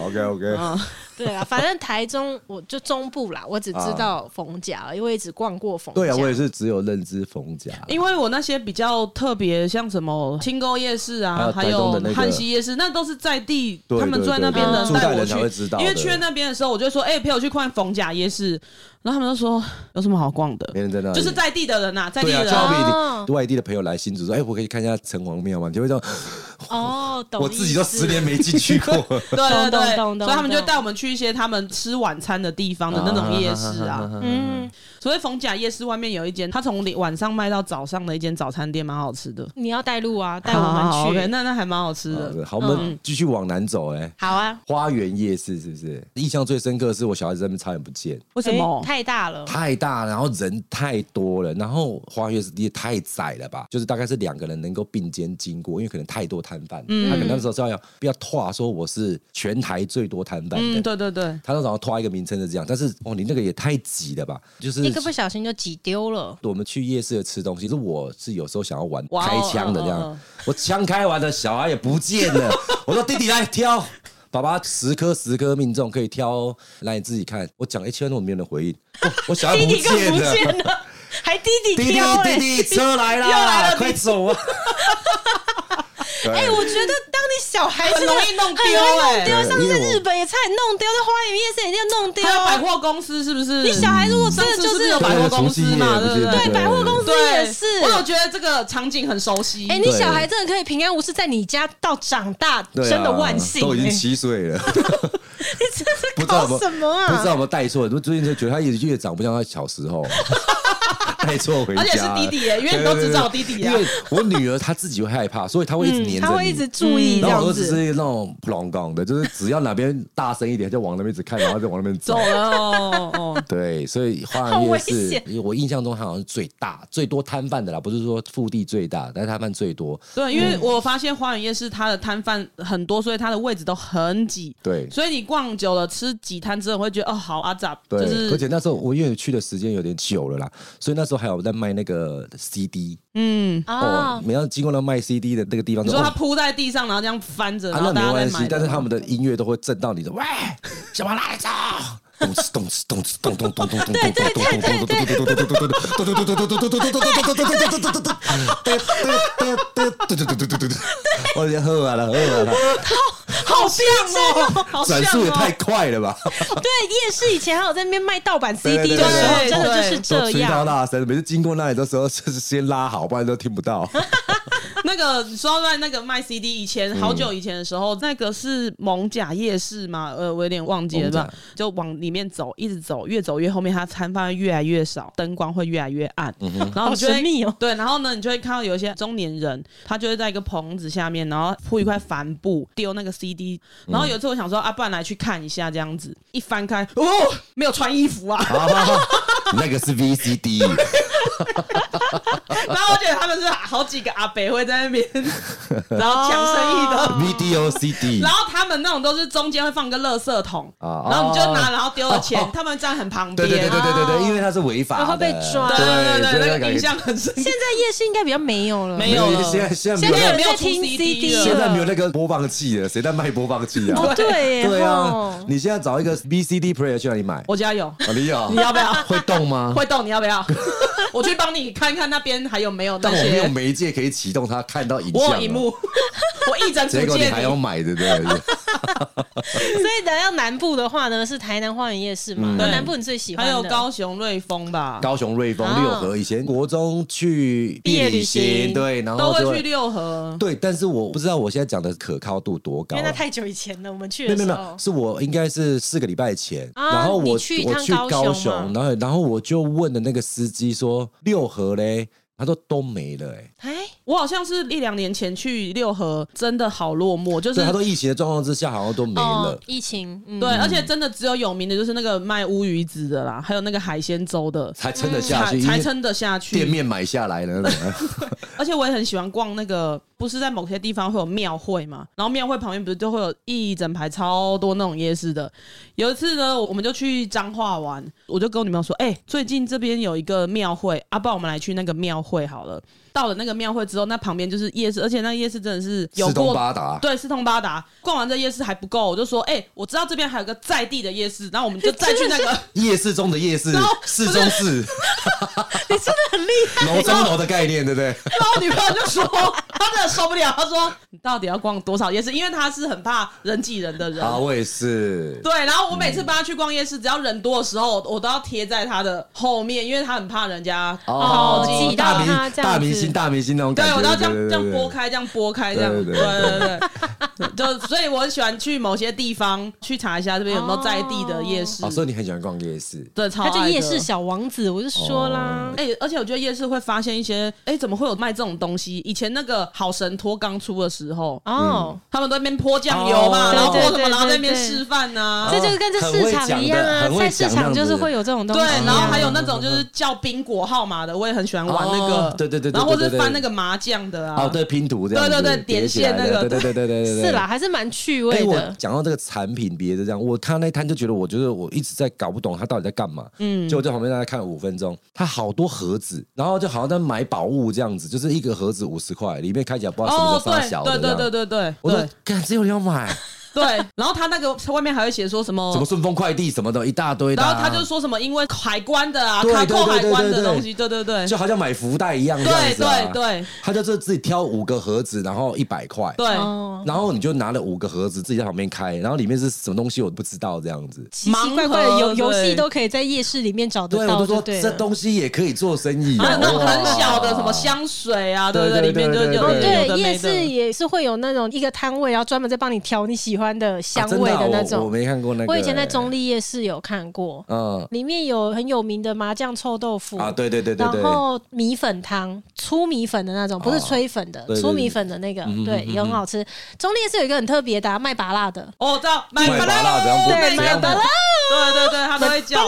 Speaker 1: OK OK，
Speaker 3: 对啊，反正台中我就中部啦，我只知道逢甲，因为只逛过逢甲。
Speaker 1: 对啊，我也是只有认知逢甲。
Speaker 2: 因为我那些比较特别，像什么清沟夜市啊，
Speaker 1: 还有台
Speaker 2: 还
Speaker 1: 中
Speaker 2: 有
Speaker 1: 的那个
Speaker 2: 汉西夜市，那都是在地
Speaker 1: 对
Speaker 2: 他们住在那边的
Speaker 1: 对对
Speaker 2: 人
Speaker 1: 对
Speaker 2: 带
Speaker 1: 住在
Speaker 2: 我
Speaker 1: 人才会
Speaker 2: 去
Speaker 1: 知道，的
Speaker 2: 因为去那边的时候，我就说：“哎，陪我去看逢甲夜市。”然后他们就说：“有什么好逛的
Speaker 1: 没啊人在那？”里，
Speaker 2: 就是在地的人呐，在地
Speaker 1: 对啊，
Speaker 2: 的
Speaker 1: 就
Speaker 2: 人
Speaker 1: 好
Speaker 2: 啊
Speaker 1: 比
Speaker 3: 哦
Speaker 1: 你外地的朋友来新竹说：“哎，我可以看一下城隍庙吗？”你就会说
Speaker 3: 哦，：“懂
Speaker 1: 我自己都
Speaker 3: 意思
Speaker 1: 十年没进去过。
Speaker 2: 对对
Speaker 3: 懂
Speaker 2: 对，
Speaker 3: 懂懂
Speaker 2: 所以他们就带我们去一些他们吃晚餐的地方的那种夜市啊。
Speaker 3: 嗯，
Speaker 2: 所以逢甲夜市外面有一间，他从晚上卖到早上的一间早餐店，蛮好吃的。
Speaker 3: 你要带路啊，带
Speaker 2: 好
Speaker 3: 我
Speaker 2: 好好
Speaker 3: 们
Speaker 2: ，OK，
Speaker 3: 去。
Speaker 2: 那那还蛮好吃
Speaker 1: 好
Speaker 2: 的。
Speaker 1: 哦的”好，我
Speaker 2: 嗯
Speaker 1: 们继续往南走。哎，
Speaker 3: 好啊，
Speaker 1: 花园夜市是不是？印象最深刻的是我小孩子在那边差点不见，
Speaker 2: 为什么
Speaker 3: 哎？太大了？
Speaker 1: 太大，然后人太多了，然后花园夜市也太窄了吧？就是大概是两个人能够并肩经过，因为可能太多摊贩，
Speaker 2: 嗯
Speaker 1: 他可能那时候是要不要拓说我是全台最多摊贩的。
Speaker 2: 嗯，对对对，
Speaker 1: 他那时候好像拓一个名称是这样，但是哦，你那个也太挤了吧？就是
Speaker 3: 一
Speaker 2: 欸
Speaker 3: 个不小心就挤丢了。
Speaker 1: 我们去夜市吃东西，是我是有时候想要玩
Speaker 2: 哇哦
Speaker 1: 开枪的这
Speaker 2: 嗯嗯
Speaker 1: 样
Speaker 2: 嗯，
Speaker 1: 我枪开完了，小孩也不见了。我说弟弟来挑，爸爸十颗十颗命中，可哎以挑，来你自己看。我讲一千多，没有人回应，我我小孩
Speaker 3: 弟
Speaker 1: 不
Speaker 3: 弟更
Speaker 1: 见
Speaker 3: 不
Speaker 1: 了。
Speaker 3: 见了， 还弟
Speaker 1: 弟
Speaker 3: 弟
Speaker 1: 弟
Speaker 3: 挑哎、
Speaker 1: 弟弟车来啦，
Speaker 2: 又来了
Speaker 1: 快走啊！对
Speaker 3: 哎、我觉得当你小孩子
Speaker 2: 很容易弄丢
Speaker 3: 很容易
Speaker 1: 欸
Speaker 2: 哎
Speaker 3: 弄丢。欸上次在
Speaker 1: 因为我
Speaker 3: 日本也差点弄丢，在花园夜市也一定要弄丢。哎
Speaker 2: 还有百货公司是不是？
Speaker 3: 啊你小孩如果真
Speaker 2: 上
Speaker 3: 的
Speaker 2: 次
Speaker 3: 就是
Speaker 2: 不是
Speaker 3: 是
Speaker 2: 有百货公司嘛？
Speaker 1: 对不
Speaker 2: 对不
Speaker 1: 是
Speaker 3: 对百货公司
Speaker 2: 对，
Speaker 3: 也是。
Speaker 2: 我有觉得这个场景很熟悉。
Speaker 3: 哎、你
Speaker 1: 对
Speaker 3: 小孩真的可以平安无事在你家到长大，
Speaker 1: 对啊
Speaker 3: 真的万幸、
Speaker 1: 都已经
Speaker 3: 哎
Speaker 1: 七岁了，
Speaker 3: 你 这
Speaker 1: 不知
Speaker 3: 是
Speaker 1: 道有
Speaker 3: 搞
Speaker 1: 没有
Speaker 3: 什么
Speaker 1: 不知道
Speaker 3: 啊？
Speaker 1: 有没有带错，我最近就觉得他一直越长不像他小时 候，带错回家，
Speaker 2: 而且是弟弟耶因为你都只找弟弟
Speaker 1: 对对
Speaker 2: 啊
Speaker 1: 对因为我女儿她自己会害怕，所以她会一直黏着
Speaker 3: 他
Speaker 1: 你。
Speaker 3: 会一直注意这
Speaker 1: 然后
Speaker 3: 样
Speaker 1: 我儿子
Speaker 3: 子。
Speaker 1: 是那种普朗港的，就是只要哪边大声一点，就往那边一直看，然后就往那边
Speaker 2: 走了哦哦，
Speaker 1: 对，所以花
Speaker 3: 好
Speaker 1: 园夜
Speaker 3: 危
Speaker 1: 市
Speaker 3: 险，
Speaker 1: 我印象中它好像是最大、最多摊贩的啦，不是说腹地最大，但是摊贩最多。
Speaker 2: 对，因为我发现花园夜市它的摊贩很多，所以它的位置都很挤，
Speaker 1: 对，
Speaker 2: 所以你逛久了吃几摊之后，会觉得哦，好阿杂，
Speaker 1: 对，
Speaker 2: 就是
Speaker 1: 而且那时候我因为去的时间有点久了啦，所以那时候还有在卖那个 CD
Speaker 2: 嗯，
Speaker 1: 哦，
Speaker 3: 啊，
Speaker 1: 每当经过那卖 CD 的那个地方
Speaker 2: 你
Speaker 1: 就，
Speaker 2: 说它
Speaker 1: 哦
Speaker 2: 铺在地上，然后这样翻着，
Speaker 1: 啊，
Speaker 2: 然后
Speaker 1: 那
Speaker 2: 大
Speaker 1: 没
Speaker 2: 家在
Speaker 1: 关
Speaker 2: 买
Speaker 1: 系，，但是他们的音乐都会震到你的，喂，小马拉走。咚哧咚哧咚哧咚咚咚咚咚咚咚咚咚咚咚咚咚咚咚咚咚咚咚咚咚咚咚咚咚咚咚咚咚咚我觉得喝完了，喝完了，
Speaker 2: 好像哦，好像
Speaker 1: 转速也太
Speaker 2: 哦，
Speaker 1: 快了吧！
Speaker 3: 对，夜市以前还有在那边卖盗版
Speaker 1: 对
Speaker 3: CD
Speaker 1: 对
Speaker 3: 的时候，
Speaker 2: 对
Speaker 3: 真的就是
Speaker 1: 都
Speaker 3: 这
Speaker 1: 吹到
Speaker 3: 样。
Speaker 1: 大声，每次经过那里的时候，就是先拉好，不然都听不到。
Speaker 2: 那个你说在那个卖 CD 以前，好久以前的时候，那个是蒙甲夜市嘛？呃，我有点忘记了
Speaker 1: 蒙
Speaker 2: 吧
Speaker 1: 甲？
Speaker 2: 就往里面走，一直走，越走越后面，它摊贩会越来越少，灯光会越来越暗，
Speaker 1: 嗯
Speaker 2: 然后你就
Speaker 3: 好神秘
Speaker 2: 会
Speaker 3: 哦
Speaker 2: 对，然后呢，你就会看到有一些中年人，他就会在一个棚子下面，然后铺一块帆布，丢那个 CD。然后有一次我想说啊，不然来去看一下这样子，一翻开，哦，没有穿衣服 啊，
Speaker 1: 好好好，那个是 VCD，
Speaker 2: 然后我觉得他们是好几个阿伯会在 那边，然后抢生意的。
Speaker 1: video CD，
Speaker 2: 然后他们那种都是中间会放个垃圾桶，
Speaker 1: 啊
Speaker 2: 然后你就
Speaker 1: 哦
Speaker 2: 拿，然后丢了钱，
Speaker 1: 哦哦
Speaker 2: 他们站很旁边。啊
Speaker 1: 对对对对对对对，
Speaker 3: 哦
Speaker 1: 因为它是违法的，
Speaker 3: 会被抓
Speaker 2: 对对对
Speaker 1: 所以
Speaker 2: 对那
Speaker 1: 感
Speaker 2: 个
Speaker 1: 觉
Speaker 2: 印象很深。
Speaker 3: 现在夜市应该比较没有了，
Speaker 2: 没有了
Speaker 1: 现在现在
Speaker 3: 现
Speaker 1: 没有那
Speaker 3: 在有
Speaker 1: 个
Speaker 2: 没
Speaker 3: 人
Speaker 2: 有
Speaker 3: 在听
Speaker 2: 出 CD
Speaker 3: CD
Speaker 2: 了
Speaker 3: 了，
Speaker 1: 现在没有那个播放器了，谁在卖播放器啊？
Speaker 3: 哦，对耶，
Speaker 1: 对啊
Speaker 3: 吼，
Speaker 1: 你现在找一个 VCD player 去哪里买？
Speaker 2: 我家有，
Speaker 1: 啊，你有？
Speaker 2: 你要不要？
Speaker 1: 会动吗？
Speaker 2: 会动，你要 不要？我去帮你看看那边还有没有那
Speaker 1: 但我没有啊
Speaker 2: 些。
Speaker 1: 媒介可以启动它，看到影
Speaker 2: 我
Speaker 1: 像啊
Speaker 2: 有。荧幕，我一整组
Speaker 1: 结果你
Speaker 2: 借
Speaker 1: 还要买，对不对？
Speaker 3: 所以等到南部的话呢，是台南花园夜市
Speaker 1: 嗯
Speaker 3: 嘛？那、南部你最喜欢
Speaker 2: 还
Speaker 3: 的
Speaker 2: 有高雄瑞丰吧，
Speaker 1: 高雄瑞丰六合，以前国中去
Speaker 3: 毕业旅
Speaker 1: 行，
Speaker 3: 行
Speaker 1: 对，然
Speaker 2: 都
Speaker 1: 后就
Speaker 2: 会去六合。
Speaker 1: 对，但是我不知道我现在讲的可靠度多高
Speaker 3: 因
Speaker 1: 啊。
Speaker 3: 为那太久以前了，我们去
Speaker 1: 没有
Speaker 3: 的
Speaker 1: 没有
Speaker 3: 时
Speaker 1: 没
Speaker 3: 候
Speaker 1: 有，。是我应该是四个礼拜前，
Speaker 3: 啊
Speaker 1: 然后我
Speaker 3: 你去一
Speaker 1: 我
Speaker 3: 趟
Speaker 1: 去
Speaker 3: 高
Speaker 1: 高
Speaker 3: 雄吗
Speaker 1: 雄，然后然后我就问了那个司机说六合嘞，他说都没了、欸，哎，
Speaker 3: 哎，
Speaker 2: 我好像是一两年前去六合，真的好落寞，就是
Speaker 1: 对，他说疫情的状况之下好像都没了
Speaker 3: 哦，。疫情，嗯
Speaker 2: 对，， 而且真的只有有名的就是那个卖乌鱼子的啦，还有那个海鲜粥的，
Speaker 1: 才撑得下
Speaker 2: 才
Speaker 1: 去，因
Speaker 2: 才
Speaker 1: 为
Speaker 2: 撑得下
Speaker 1: 店
Speaker 2: 去。
Speaker 1: 面买下来了，
Speaker 2: 而且我也很喜欢逛那个，不是在某些地方会有庙会嘛，然后庙会旁边不是就会有一整排超多那种夜市的。有一次呢，我们就去彰化玩，我就跟我女朋友说：“哎、最近这边有一个庙会，啊，不然我们来去那个庙会好了。”到了那个庙会之后，那旁边就是夜市，而且那夜市真的是有
Speaker 1: 四通
Speaker 2: 过
Speaker 1: 八达。
Speaker 2: 对，四通八达。逛完这夜市还不够，我就说，哎、我知道这边还有个在地的夜市，然后我们就再去那个
Speaker 1: 夜市中的夜市
Speaker 2: 后，
Speaker 1: 市中市，你真的很厉害。楼中楼的概念，对不对？
Speaker 2: 然后我女朋友就说，她真的受不了，她说你到底要逛多少夜市？因为她是很怕人挤人的人。
Speaker 1: 啊，我也是。
Speaker 2: 对，然后我每次帮她去逛夜市，只要人多的时候，我都要贴在她的后面，因为她很怕人家靠
Speaker 3: 哦
Speaker 2: 近。
Speaker 3: 挤
Speaker 1: 大
Speaker 3: 到
Speaker 1: 明
Speaker 3: 他这样
Speaker 1: 大明
Speaker 3: 子
Speaker 1: 星大明星那种
Speaker 2: 对
Speaker 1: 感，觉，
Speaker 2: 我都要这样
Speaker 1: 对对对
Speaker 2: 这样
Speaker 1: 对
Speaker 2: 拨开，这样拨开，这样，
Speaker 1: 对
Speaker 2: 对
Speaker 1: 对
Speaker 2: 对对对，就所以我很喜欢去某些地方去查一下这边有没有在地的夜市
Speaker 1: 哦，，所以你很喜欢逛夜市。
Speaker 2: 对，超
Speaker 3: 他就
Speaker 2: 爱
Speaker 3: 夜
Speaker 2: 的
Speaker 3: 市小王子，我就说啦，
Speaker 2: 哎、而且我觉得夜市会发现一些，哎、怎么会有卖这种东西？以前那个好神托刚出的时候，
Speaker 1: 嗯
Speaker 3: 哦，
Speaker 2: 他们都在那边泼酱油嘛，
Speaker 1: 哦
Speaker 2: 然后泼什
Speaker 3: 对
Speaker 2: 么，
Speaker 3: 对
Speaker 2: 然后在那
Speaker 3: 对
Speaker 2: 边
Speaker 3: 对
Speaker 2: 示范
Speaker 1: 哦
Speaker 2: 啊呐、
Speaker 3: 这就是跟这市场一样啊
Speaker 1: 很，会
Speaker 3: 在
Speaker 1: 讲
Speaker 3: 市
Speaker 1: 这样
Speaker 3: 场
Speaker 1: 子
Speaker 3: 就是会有这种东西
Speaker 2: 对
Speaker 3: 啊。，
Speaker 2: 然后还有那种就是叫宾果号码的，我也很喜欢玩那个，
Speaker 1: 哦对对对对
Speaker 2: 然后或
Speaker 1: 对
Speaker 2: 是
Speaker 1: 对对
Speaker 2: 翻那个麻将的啊，
Speaker 1: 哦，对，拼图这样
Speaker 2: 对
Speaker 1: 子，
Speaker 2: 对对
Speaker 1: 叠
Speaker 2: 点
Speaker 1: 起来
Speaker 2: 线那
Speaker 1: 的对
Speaker 2: 个
Speaker 1: 对对对对对，
Speaker 3: 是啦，还是蛮趣味
Speaker 1: 哎，我
Speaker 3: 的。
Speaker 1: 讲到这个产品，别的这样，我看那一摊就觉得，我觉得我一直在搞不懂他到底在干嘛。嗯，就我在旁边大概看了五分钟，他好多盒子，然后就好像在买宝物这样子，就是一个盒子五十块，里面看起来不知道什么时候
Speaker 2: 哦，
Speaker 1: 发
Speaker 2: 对
Speaker 1: 小的
Speaker 2: 对
Speaker 1: 这样。
Speaker 2: 对对对对
Speaker 1: 我说
Speaker 2: 对，，
Speaker 1: 干，只有你要买，
Speaker 2: 对，然后他那个外面还会写说什么
Speaker 1: 什么顺丰快递什么的，一大堆的
Speaker 2: 哦然
Speaker 1: 啊、
Speaker 2: 后他就说什么因为海关的啊，
Speaker 1: 对
Speaker 2: 卡
Speaker 1: 对
Speaker 2: 扣
Speaker 1: 对
Speaker 2: 海
Speaker 1: 对
Speaker 2: 关
Speaker 1: 对
Speaker 2: 的
Speaker 1: 对
Speaker 2: 东西，对对对，
Speaker 1: 就好像买福袋一样这样子、啊，
Speaker 2: 对对对，
Speaker 1: 他就是自己挑五个盒子，然后一百块，
Speaker 2: 对，
Speaker 3: 哦，
Speaker 1: 然后你就拿了五个盒子自己在旁边开，然后里面是什么东西我不知道这样子。
Speaker 3: 奇奇怪怪
Speaker 2: 盲
Speaker 3: 的
Speaker 2: 盒
Speaker 3: 游游
Speaker 2: 对
Speaker 3: 戏都可以在夜市里面找
Speaker 1: 对，
Speaker 3: 得
Speaker 1: 我
Speaker 3: 到，
Speaker 1: 都
Speaker 3: 就
Speaker 1: 说
Speaker 3: 对
Speaker 1: 这
Speaker 3: 了。
Speaker 1: 东西也可以做生意、啊，
Speaker 2: 还有那种很
Speaker 1: 哇
Speaker 2: 小的什么香水啊，对不
Speaker 1: 哦对
Speaker 2: 里面就
Speaker 1: 对对
Speaker 2: 有
Speaker 1: 对
Speaker 2: 有
Speaker 3: 哦对，
Speaker 2: 的
Speaker 3: 夜
Speaker 2: 没
Speaker 3: 市
Speaker 2: 的。
Speaker 3: 也是会有那种一个摊位，然后专门在帮你调你喜欢的香
Speaker 1: 啊真
Speaker 3: 味
Speaker 1: 的啊我，
Speaker 3: 那欸
Speaker 1: 我
Speaker 3: 种。
Speaker 1: 没看过那个、
Speaker 3: 我以前在中
Speaker 1: 立，
Speaker 3: 立夜市有看过，
Speaker 1: 嗯
Speaker 3: 里面有很有名的麻酱臭豆腐
Speaker 1: 啊，对对对对对，哦
Speaker 3: 然后米粉汤，粗米粉的那种，不是吹粉的，
Speaker 1: 对对对嗯
Speaker 3: 粗米粉的那个，对，也很好吃。中立夜市有一个很特别的啊、卖拔辣的，
Speaker 2: 哦，我知道，买
Speaker 1: 买
Speaker 2: 巴
Speaker 1: 芭
Speaker 2: 拉
Speaker 1: 乐怎样不
Speaker 2: 对，
Speaker 1: 怎
Speaker 2: 买
Speaker 1: 样不
Speaker 2: 巴拉，对对对，他都会叫。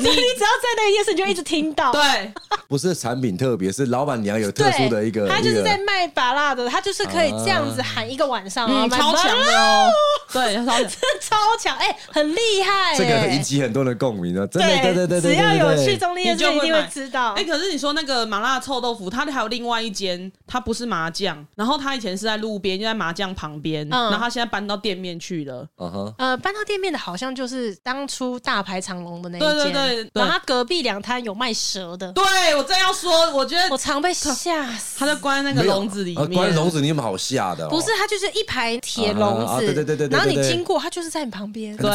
Speaker 3: 你只要在那个夜市，你就一直听到。
Speaker 2: 对，
Speaker 1: 不是产品特别，是老板娘有特
Speaker 3: 对，
Speaker 1: 殊的一个，啊
Speaker 3: 他就是在
Speaker 1: 一个
Speaker 3: 卖拔辣的，他就是可以这样子喊一个晚上，然后
Speaker 2: 嗯，
Speaker 3: 卖
Speaker 2: 超
Speaker 3: 芭
Speaker 2: 强
Speaker 3: 乐
Speaker 2: 的哦， 对， 超强。
Speaker 3: 超强，哎、很厉害、哎
Speaker 1: 这个引起很多人共鸣的，真的对对对对，
Speaker 3: 只要
Speaker 1: 对
Speaker 3: 有
Speaker 1: 对
Speaker 3: 去中立夜市，
Speaker 2: 你就会
Speaker 3: 一定会
Speaker 2: 买
Speaker 3: 知道。
Speaker 2: 哎，可是你说那个麻辣臭豆腐，它还有另外一间，它不是麻酱，然后它以前是在路边，就在麻酱旁边，
Speaker 3: 嗯
Speaker 2: 然后它现在搬到店面去了。
Speaker 1: 嗯哼，
Speaker 3: 呃，搬到店面的好像就是当初大排长龙的那一
Speaker 2: 对对
Speaker 3: 间，
Speaker 2: 对对
Speaker 3: 然后他隔壁两摊有卖蛇的，
Speaker 2: 对我正要说，我觉
Speaker 3: 我
Speaker 2: 得
Speaker 3: 常被吓死。
Speaker 2: 它在关在那个笼子里
Speaker 1: 呃
Speaker 2: 面，
Speaker 1: 关笼子你们好吓的哦，
Speaker 3: 不是，它就是一排铁笼
Speaker 1: 啊啊啊
Speaker 3: 子，
Speaker 1: 对对对对对
Speaker 3: 然后你
Speaker 1: 对对
Speaker 3: 经过，它就是在你旁边，
Speaker 2: 对，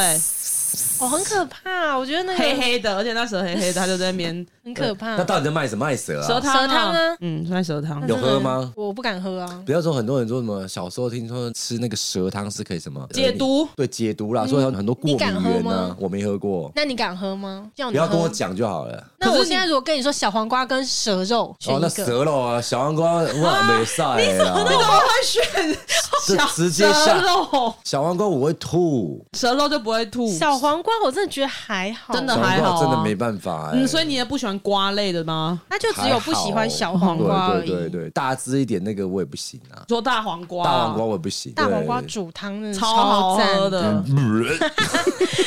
Speaker 3: 哦，很可怕，我觉得那个
Speaker 2: 黑黑的，而且那蛇黑黑的，它就在 那边
Speaker 3: 很可怕
Speaker 1: 那。到底在卖什么？卖蛇啊？
Speaker 2: 蛇汤
Speaker 3: 蛇汤啊
Speaker 2: 嗯，卖蛇汤
Speaker 3: 那
Speaker 1: 有
Speaker 3: 真的
Speaker 1: 喝吗
Speaker 3: 我不敢喝啊，
Speaker 1: 不要说很多人说什么，小时候听说吃那个蛇汤是可以什么
Speaker 2: 解毒，
Speaker 1: 对解毒啦，说有很多过敏
Speaker 3: 你敢喝
Speaker 1: 源
Speaker 3: 吗
Speaker 1: 呢，我没喝过，
Speaker 3: 那你敢喝吗？叫
Speaker 1: 不
Speaker 3: 你喝
Speaker 1: 要跟我。讲就好了。
Speaker 3: 那
Speaker 2: 可
Speaker 3: 我
Speaker 2: 是你
Speaker 3: 现在如果跟你说小黄瓜跟蛇肉，选
Speaker 1: 哦，
Speaker 3: 一
Speaker 1: 那
Speaker 3: 个，
Speaker 1: 蛇肉啊，小黄瓜哇，没晒啊
Speaker 2: 我
Speaker 1: 啦，
Speaker 2: 会选
Speaker 1: 这
Speaker 2: 小
Speaker 1: 直接下
Speaker 2: 蛇肉，
Speaker 1: 小黄瓜我会吐，
Speaker 2: 蛇肉就不会吐。
Speaker 3: 小黄瓜我真的觉得还好，
Speaker 2: 真的
Speaker 1: 小黄
Speaker 2: 还好
Speaker 1: 瓜
Speaker 2: 啊
Speaker 1: 真的没办法哎。
Speaker 2: 嗯，所以你也不喜欢瓜类的吗？
Speaker 3: 他就只有不喜欢小黄瓜而
Speaker 1: 对
Speaker 3: 已。
Speaker 1: 对对对，大只一点那个我也不行啊，
Speaker 2: 说大黄瓜，
Speaker 1: 大黄瓜我也不行，
Speaker 3: 大黄瓜
Speaker 1: 对
Speaker 3: 煮汤真的
Speaker 2: 嗯超好
Speaker 3: 赞
Speaker 2: 喝。的，
Speaker 1: 嗯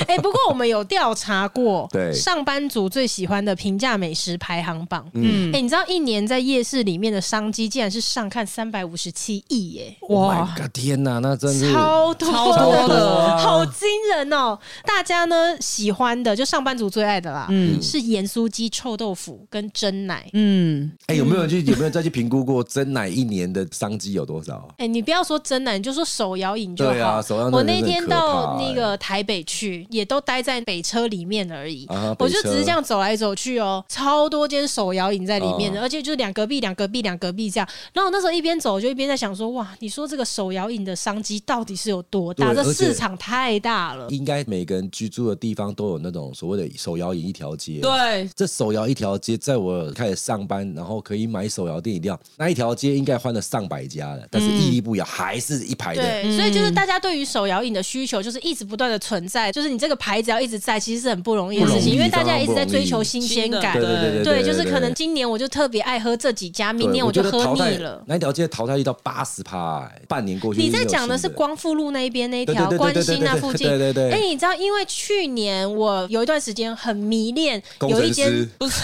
Speaker 3: 哎、不过我们有调查过，
Speaker 1: 对
Speaker 3: 上班族最喜欢的平价美食排行榜。
Speaker 2: 嗯
Speaker 3: 哎、，你知道一年在夜市里面的商机竟然是上看三百五十七亿耶，
Speaker 1: Oh my god，天哪，那真是
Speaker 3: 超多
Speaker 2: 超
Speaker 1: 嗯超多
Speaker 2: 多的
Speaker 1: 啊
Speaker 3: 好惊人哦！大家呢喜欢的就上班族最爱的啦，
Speaker 2: 嗯
Speaker 3: 是盐酥鸡、臭豆腐跟蒸奶。
Speaker 2: 嗯，
Speaker 1: 哎、有没有人去有没有再去评估过真奶一年的商机有多少？
Speaker 3: 哎、你不要说蒸奶，你就说手摇饮就好。
Speaker 1: 对啊手摇饮
Speaker 3: 我
Speaker 1: 真的
Speaker 3: 那
Speaker 1: 是
Speaker 3: 天
Speaker 1: 很可
Speaker 3: 到
Speaker 1: 怕
Speaker 3: 那
Speaker 1: 欸
Speaker 3: 个台北去，也都待在北车里面而已。
Speaker 1: 啊
Speaker 3: 我
Speaker 1: 北
Speaker 3: 就只是
Speaker 1: 车
Speaker 3: 这样走来走去哦，超多间手摇饮在里面的，
Speaker 1: 啊
Speaker 3: 而且就是两隔壁、两隔壁、两隔壁这样。然后我那时候一边走就一边在想说，哇，你说这个手摇饮的商机到底是有多大？
Speaker 1: 对
Speaker 3: 这
Speaker 1: 而且
Speaker 3: 市场太大了。
Speaker 1: 应该每个人居住的地方都有那种所谓的手摇饮一条街。，
Speaker 2: 对，
Speaker 1: 这手摇一条街，在我开始上班，然后可以买手摇店饮料，那一条街应该换了上百家了，但是屹立不摇，还是一排的。
Speaker 3: 嗯对，所以就是大家对于手摇饮的需求，就是一直不断的存在，就是你这个牌子要一直在，其实是很不容易的
Speaker 1: 不
Speaker 3: 事
Speaker 1: 容
Speaker 3: 情，因为
Speaker 1: 易
Speaker 3: 大
Speaker 1: 非
Speaker 3: 家
Speaker 1: 常
Speaker 3: 一直在
Speaker 1: 不容
Speaker 3: 追
Speaker 1: 易
Speaker 3: 求新鲜
Speaker 2: 的
Speaker 3: 感。
Speaker 1: 对对对
Speaker 3: 对，
Speaker 1: 对
Speaker 3: 就是
Speaker 1: 对
Speaker 3: 可能
Speaker 1: 对
Speaker 3: 今年我就特别爱喝这几家，
Speaker 1: 对
Speaker 3: 明年我就
Speaker 1: 觉得
Speaker 3: 喝
Speaker 1: 淘汰
Speaker 3: 腻了。
Speaker 1: 那一条街淘汰率到八十趴，哎半年过去。
Speaker 3: 你在讲的是。光复路那一边那一条
Speaker 1: 对对
Speaker 3: 关
Speaker 1: 对对对
Speaker 3: 心那附近，
Speaker 1: 对对对对
Speaker 3: 哎，你知道，因为去年我有一段时间很迷恋
Speaker 1: 工
Speaker 3: 有一
Speaker 1: 程
Speaker 3: 间
Speaker 1: 师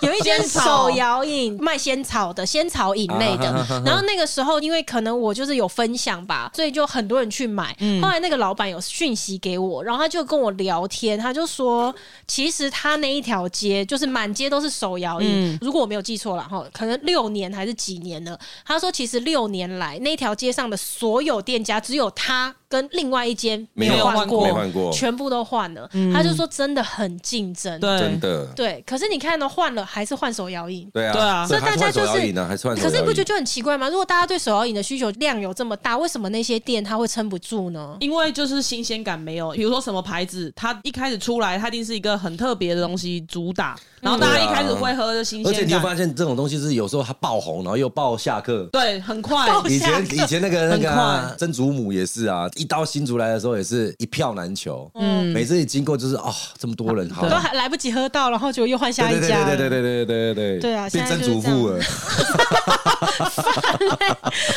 Speaker 3: 有一 间
Speaker 2: 仙草
Speaker 3: 手摇饮卖仙草的仙草饮类的
Speaker 1: 啊哈哈哈，
Speaker 3: 然后那个时候因为可能我就是有分享吧，所以就很多人去买。
Speaker 1: 嗯
Speaker 3: 后来那个老板有讯息给我，然后他就跟我聊天，他就说，其实他那一条街就是满街都是手摇饮
Speaker 2: 嗯，
Speaker 3: 如果我没有记错了哈，可能六年还是几年了。他说，其实六年来那条街上的所有店家，只有他跟另外一间
Speaker 1: 没
Speaker 2: 有
Speaker 3: 换
Speaker 2: 换过没
Speaker 1: 换过嗯
Speaker 3: 全部都换了。他就说真的很竞争，
Speaker 2: 对，
Speaker 1: 的，
Speaker 3: 对，可是你看呢，换了还是换手摇饮。
Speaker 1: 对啊
Speaker 2: 对啊
Speaker 1: 这
Speaker 3: 所以大家就是
Speaker 1: 呢，还是换
Speaker 3: 可是你不觉得就很奇怪吗？如果大家对手摇饮的需求量有这么大，为什么那些店它会撑不住呢？
Speaker 2: 因为就是新鲜感没有，比如说什么牌子，它一开始出来，它一定是一个很特别的东西主打，然后大家
Speaker 1: 对啊
Speaker 2: 一开始会喝的新
Speaker 1: 而且
Speaker 2: 鲜
Speaker 1: 你会
Speaker 2: 感
Speaker 1: 发，现这种东西是有时候它爆红，然后又爆下课，
Speaker 2: 对，很快，
Speaker 3: 爆
Speaker 1: 以前
Speaker 3: 下课
Speaker 1: 以前那个那
Speaker 2: 很
Speaker 1: 个啊
Speaker 2: 快
Speaker 1: 曾祖母也是啊，一到新竹来的时候也是一票难求。
Speaker 2: 嗯
Speaker 1: 每次一经过就是哦，这么多人好，
Speaker 3: 都还来不及喝到，然后就又换下
Speaker 1: 对
Speaker 3: 一
Speaker 1: 对
Speaker 3: 家
Speaker 1: 对
Speaker 3: 了。
Speaker 1: 对对对对对对
Speaker 3: 对啊
Speaker 1: 变
Speaker 3: 现在
Speaker 1: 曾祖
Speaker 3: 就是
Speaker 1: 父了。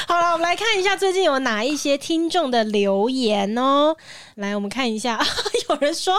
Speaker 3: 好了，我们来看一下最近有 哪一些听众的留言哦。来，我们看一下，有人说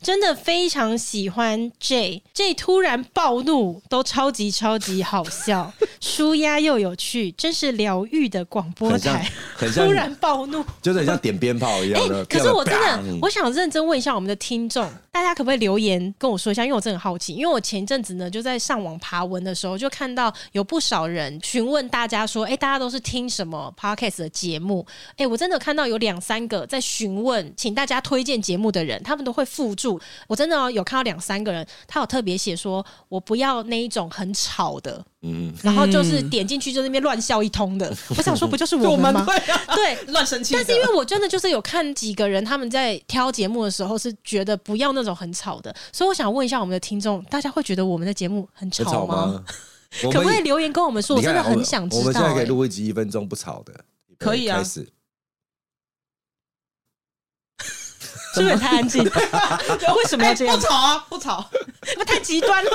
Speaker 3: 真的非常喜欢 J J 突然暴怒，都超级超级好笑，舒压又有趣，真是疗愈的广播
Speaker 1: 很像
Speaker 3: 台。
Speaker 1: 很像
Speaker 3: 突然暴怒，
Speaker 1: 就是很像点鞭炮一
Speaker 3: 哎、
Speaker 1: 样的。
Speaker 3: 可是我真
Speaker 1: 啪
Speaker 3: 的，我想认真问一下我们的听众，大家可不可以留言跟我说一下？因为我真的很好奇，因为我前一阵子呢就在上网爬文的时候，就看到有不少人询问大家说，哎、大家都是听什么 podcast 的节目？哎、我真的看到有两三个在询问，请大家推荐节目的人，他们都会附注。我真的、哦有看到两三个人，他有特别写说，我不要那一种很吵的，
Speaker 1: 嗯，
Speaker 3: 然后就是点进去就在那边乱笑一 通的。我想说，不就是
Speaker 2: 就
Speaker 3: 我
Speaker 2: 我
Speaker 3: 们
Speaker 2: 们
Speaker 3: 吗？
Speaker 2: 对啊，
Speaker 3: 对，
Speaker 2: 乱生气的。
Speaker 3: 但是因为我真的就是有看几个人他们在挑节目的时候是觉得不要那种很吵的，所以我想问一下我们的听众，大家会觉得我们的节目很
Speaker 1: 很
Speaker 3: 吵
Speaker 1: 吵
Speaker 3: 吗？
Speaker 1: 吗？我
Speaker 3: 可不
Speaker 1: 们
Speaker 3: 可以留言跟我们说？我
Speaker 1: 你
Speaker 3: 真
Speaker 1: 看
Speaker 3: 的很
Speaker 1: 们
Speaker 3: 想
Speaker 1: 我
Speaker 3: 知
Speaker 1: 们现
Speaker 3: 道、
Speaker 1: 在可以
Speaker 3: 欸。
Speaker 1: 录一集一分钟不吵的，
Speaker 2: 可以啊
Speaker 1: 开始
Speaker 3: 是不是太安静？为什么要这样
Speaker 2: 哎不？吵啊，不吵。
Speaker 3: 不太极端了。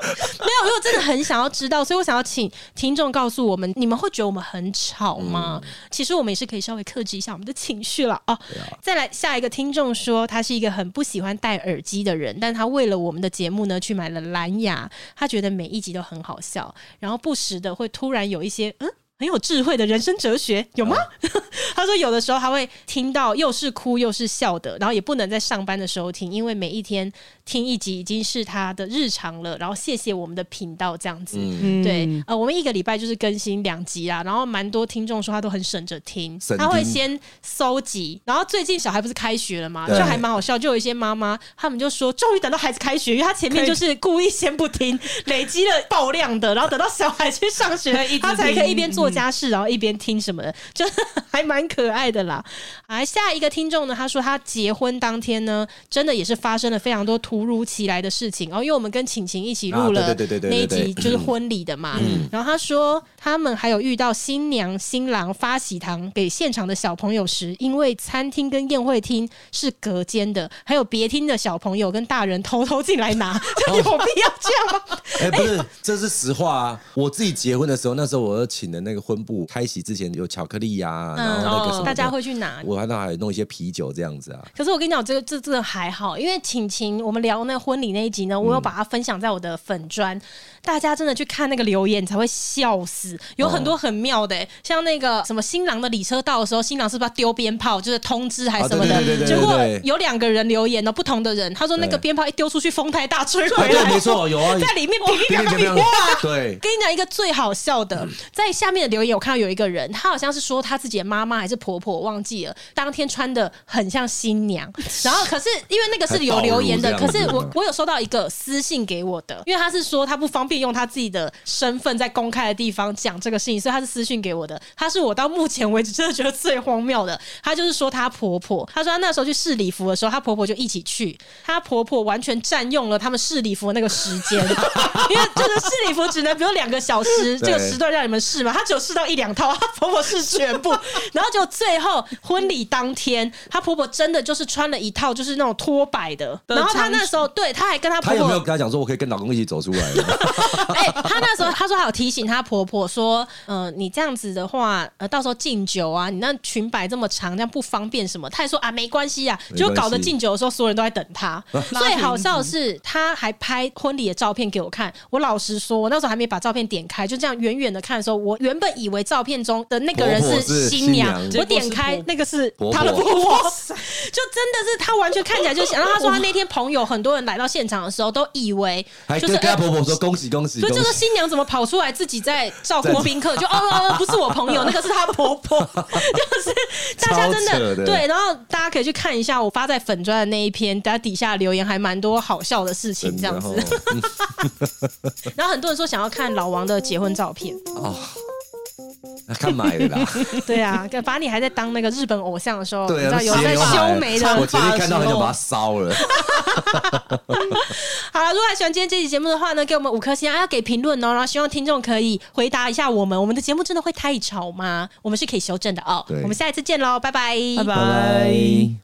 Speaker 3: 没有，因为我真的很想要知道，所以我想要请听众告诉我们，你们会觉得我们很吵吗？其实我们也是可以稍微克制一下我们的情绪了哦。再来下一个听众说，他是一个很不喜欢戴耳机的人，但他为了我们的节目呢，去买了蓝牙，他觉得每一集都很好笑，然后不时的会突然有一些嗯。很有智慧的人生哲学有吗？
Speaker 1: 啊
Speaker 3: 他说有的时候他会听到又是哭又是笑的，然后也不能在上班的时候听，因为每一天听一集已经是他的日常了。然后谢谢我们的频道这样子。
Speaker 1: 嗯
Speaker 3: 对，呃，我们一个礼拜就是更新两集啦，然后蛮多听众说他都很省着听，
Speaker 1: 省
Speaker 3: 他会
Speaker 1: 听
Speaker 3: 先搜集，然后最近小孩不是开学了嘛，就
Speaker 1: 对
Speaker 3: 还蛮好笑，就有一些妈妈他们就说，终于等到孩子开学，因为他前
Speaker 2: 可
Speaker 3: 面
Speaker 2: 以
Speaker 3: 就是故意先不听，累积了爆量的，然后等到小孩去上学
Speaker 2: 可以一，直
Speaker 3: 他才可以一边
Speaker 2: 听嗯
Speaker 3: 做家事，然后一边听什么的，就是还蛮可爱的啦。啊，下一个听众呢，他说他结婚当天呢，真的也是发生了非常多突如其来的事情哦，因为我们跟晴晴一起
Speaker 1: 啊
Speaker 3: 录
Speaker 1: 对
Speaker 3: 了
Speaker 1: 对对对对
Speaker 3: 那一
Speaker 1: 对
Speaker 3: 集就是婚礼的嘛，然后他说他们还有遇到新娘新郎发喜糖给现场的小朋友时，因为餐厅跟宴会厅是隔间的，还有别厅的小朋友跟大人偷偷进来拿， 这有必要这样吗？
Speaker 1: 哎，不是，这是实话啊！我自己结婚的时候，那时候我有请的那个婚布，开席之前有巧克力呀、啊
Speaker 3: 嗯
Speaker 1: 然后那个什么的
Speaker 3: 哦大家，会去拿。
Speaker 1: 我看到还有弄一些啤酒这样子啊。
Speaker 3: 可是我跟你讲，这个这这个还好，因为晴晴我们聊那个婚礼那一集呢，
Speaker 1: 嗯
Speaker 3: 我有把它分享在我的粉砖，大家真的去看那个留言，你才会笑死，有
Speaker 1: 哦
Speaker 3: 很多很妙的欸、像那个什么新郎的礼车到的时候，新郎是不是要丢鞭炮，就是通知还是什么的？
Speaker 1: 啊对对对对对
Speaker 3: 结果
Speaker 1: 对
Speaker 3: 有两个人留言呢，哦不同的人，他说那个
Speaker 1: 对
Speaker 3: 鞭炮一丢出去，风太大吹回
Speaker 1: 啊对，
Speaker 3: 来，
Speaker 1: 没错，有啊，
Speaker 3: 在里面哔哔
Speaker 1: 别
Speaker 3: 哔
Speaker 1: 别
Speaker 3: 哔
Speaker 1: 别
Speaker 3: 哔。
Speaker 1: 对，嗯
Speaker 3: 跟你讲一个最好笑的，在下面的留言，我看到有一个人，他好像是说他自己的妈妈还是婆婆，忘记了，当天穿的很像新娘。然后可是因为那个是有留言的，
Speaker 1: 还暴
Speaker 3: 可
Speaker 1: 露这
Speaker 3: 是
Speaker 1: 样子
Speaker 3: 我我有收到一个私信给我的，因为他是说他不方便用他自己的身份在公开的地方讲这个事情，所以他是私信给我的。他是我到目前为止真的觉得最荒谬的，他就是说她婆婆，她说她那时候去试礼服的时候，她婆婆就一起去，她婆婆完全占用了他们试礼服的那个时间， 因为就是试礼服只能比如两个小时这
Speaker 1: 对
Speaker 3: 个时段让你们试嘛，她只有试到一两套，她婆婆试全部，然后就最后婚礼当天，她婆婆真的就是穿了一套就是那种拖摆的，
Speaker 2: 的
Speaker 3: 然后她
Speaker 2: 长
Speaker 3: 那时候对，她还跟她婆
Speaker 1: 他有没有
Speaker 3: 婆
Speaker 1: 跟他讲说，我可以跟老公一起走出来 吗？
Speaker 3: 哎、她那时候她说她有提醒她婆婆说，嗯、你这样子的话，呃，到时候敬酒啊，你那裙摆这么长，这样不方便什么。她还说啊，没关系啊，
Speaker 1: 没关系
Speaker 3: 就搞得敬酒的时候，所有人都在等 她。
Speaker 2: 拉
Speaker 3: 最
Speaker 2: 平
Speaker 3: 好笑的是，她还拍婚礼的照片给我看。我老实说，我那时候还没把照片点开，就这样远远的看的时候，我原本以为照片中的那个人
Speaker 1: 婆婆
Speaker 3: 是
Speaker 1: 是
Speaker 3: 新娘，
Speaker 1: 新
Speaker 2: 娘
Speaker 3: 我点开
Speaker 2: 结果是婆
Speaker 3: 那个
Speaker 1: 婆婆
Speaker 3: 是她的婆婆， 就真的是她完全看起来就想。然后她说她那天朋友很多人来到现场的时候，都以为
Speaker 1: 还
Speaker 3: 就
Speaker 1: 跟
Speaker 3: 是
Speaker 1: 跟他
Speaker 3: 呃
Speaker 1: 婆婆说恭喜恭喜
Speaker 3: 所以
Speaker 1: 恭
Speaker 3: 这个
Speaker 1: 喜，
Speaker 3: 新娘怎么跑出来自己在照顾宾客？ 就哦哦哦，不是我朋友，那个是她婆婆，就是大家真
Speaker 1: 超扯的
Speaker 3: 对。然后大家可以去看一下我发在粉砖的那一篇，大家底下留言还蛮多好笑的事情这样子。
Speaker 1: 真的哦
Speaker 3: 然后很多人说想要看老王的结婚照 片，
Speaker 1: 哦，那看买的啦。
Speaker 3: 对啊，把你还在当那个日本偶像的时候，哦你
Speaker 1: 对
Speaker 3: 知
Speaker 1: 啊，
Speaker 3: 道有在
Speaker 1: 那个
Speaker 3: 修眉的
Speaker 1: 刘
Speaker 3: 哦
Speaker 1: 海我直接看到很想把它烧了。
Speaker 3: 好了，如果还喜欢今天这期节目的话呢，给我们五颗星啊，要给评论哦。然后希望听众可以回答一下我们，我们的节目真的会太吵吗？我们是可以修正的哦。
Speaker 1: 对
Speaker 3: 我们下一次见喽，拜拜，
Speaker 2: 拜
Speaker 1: 拜拜。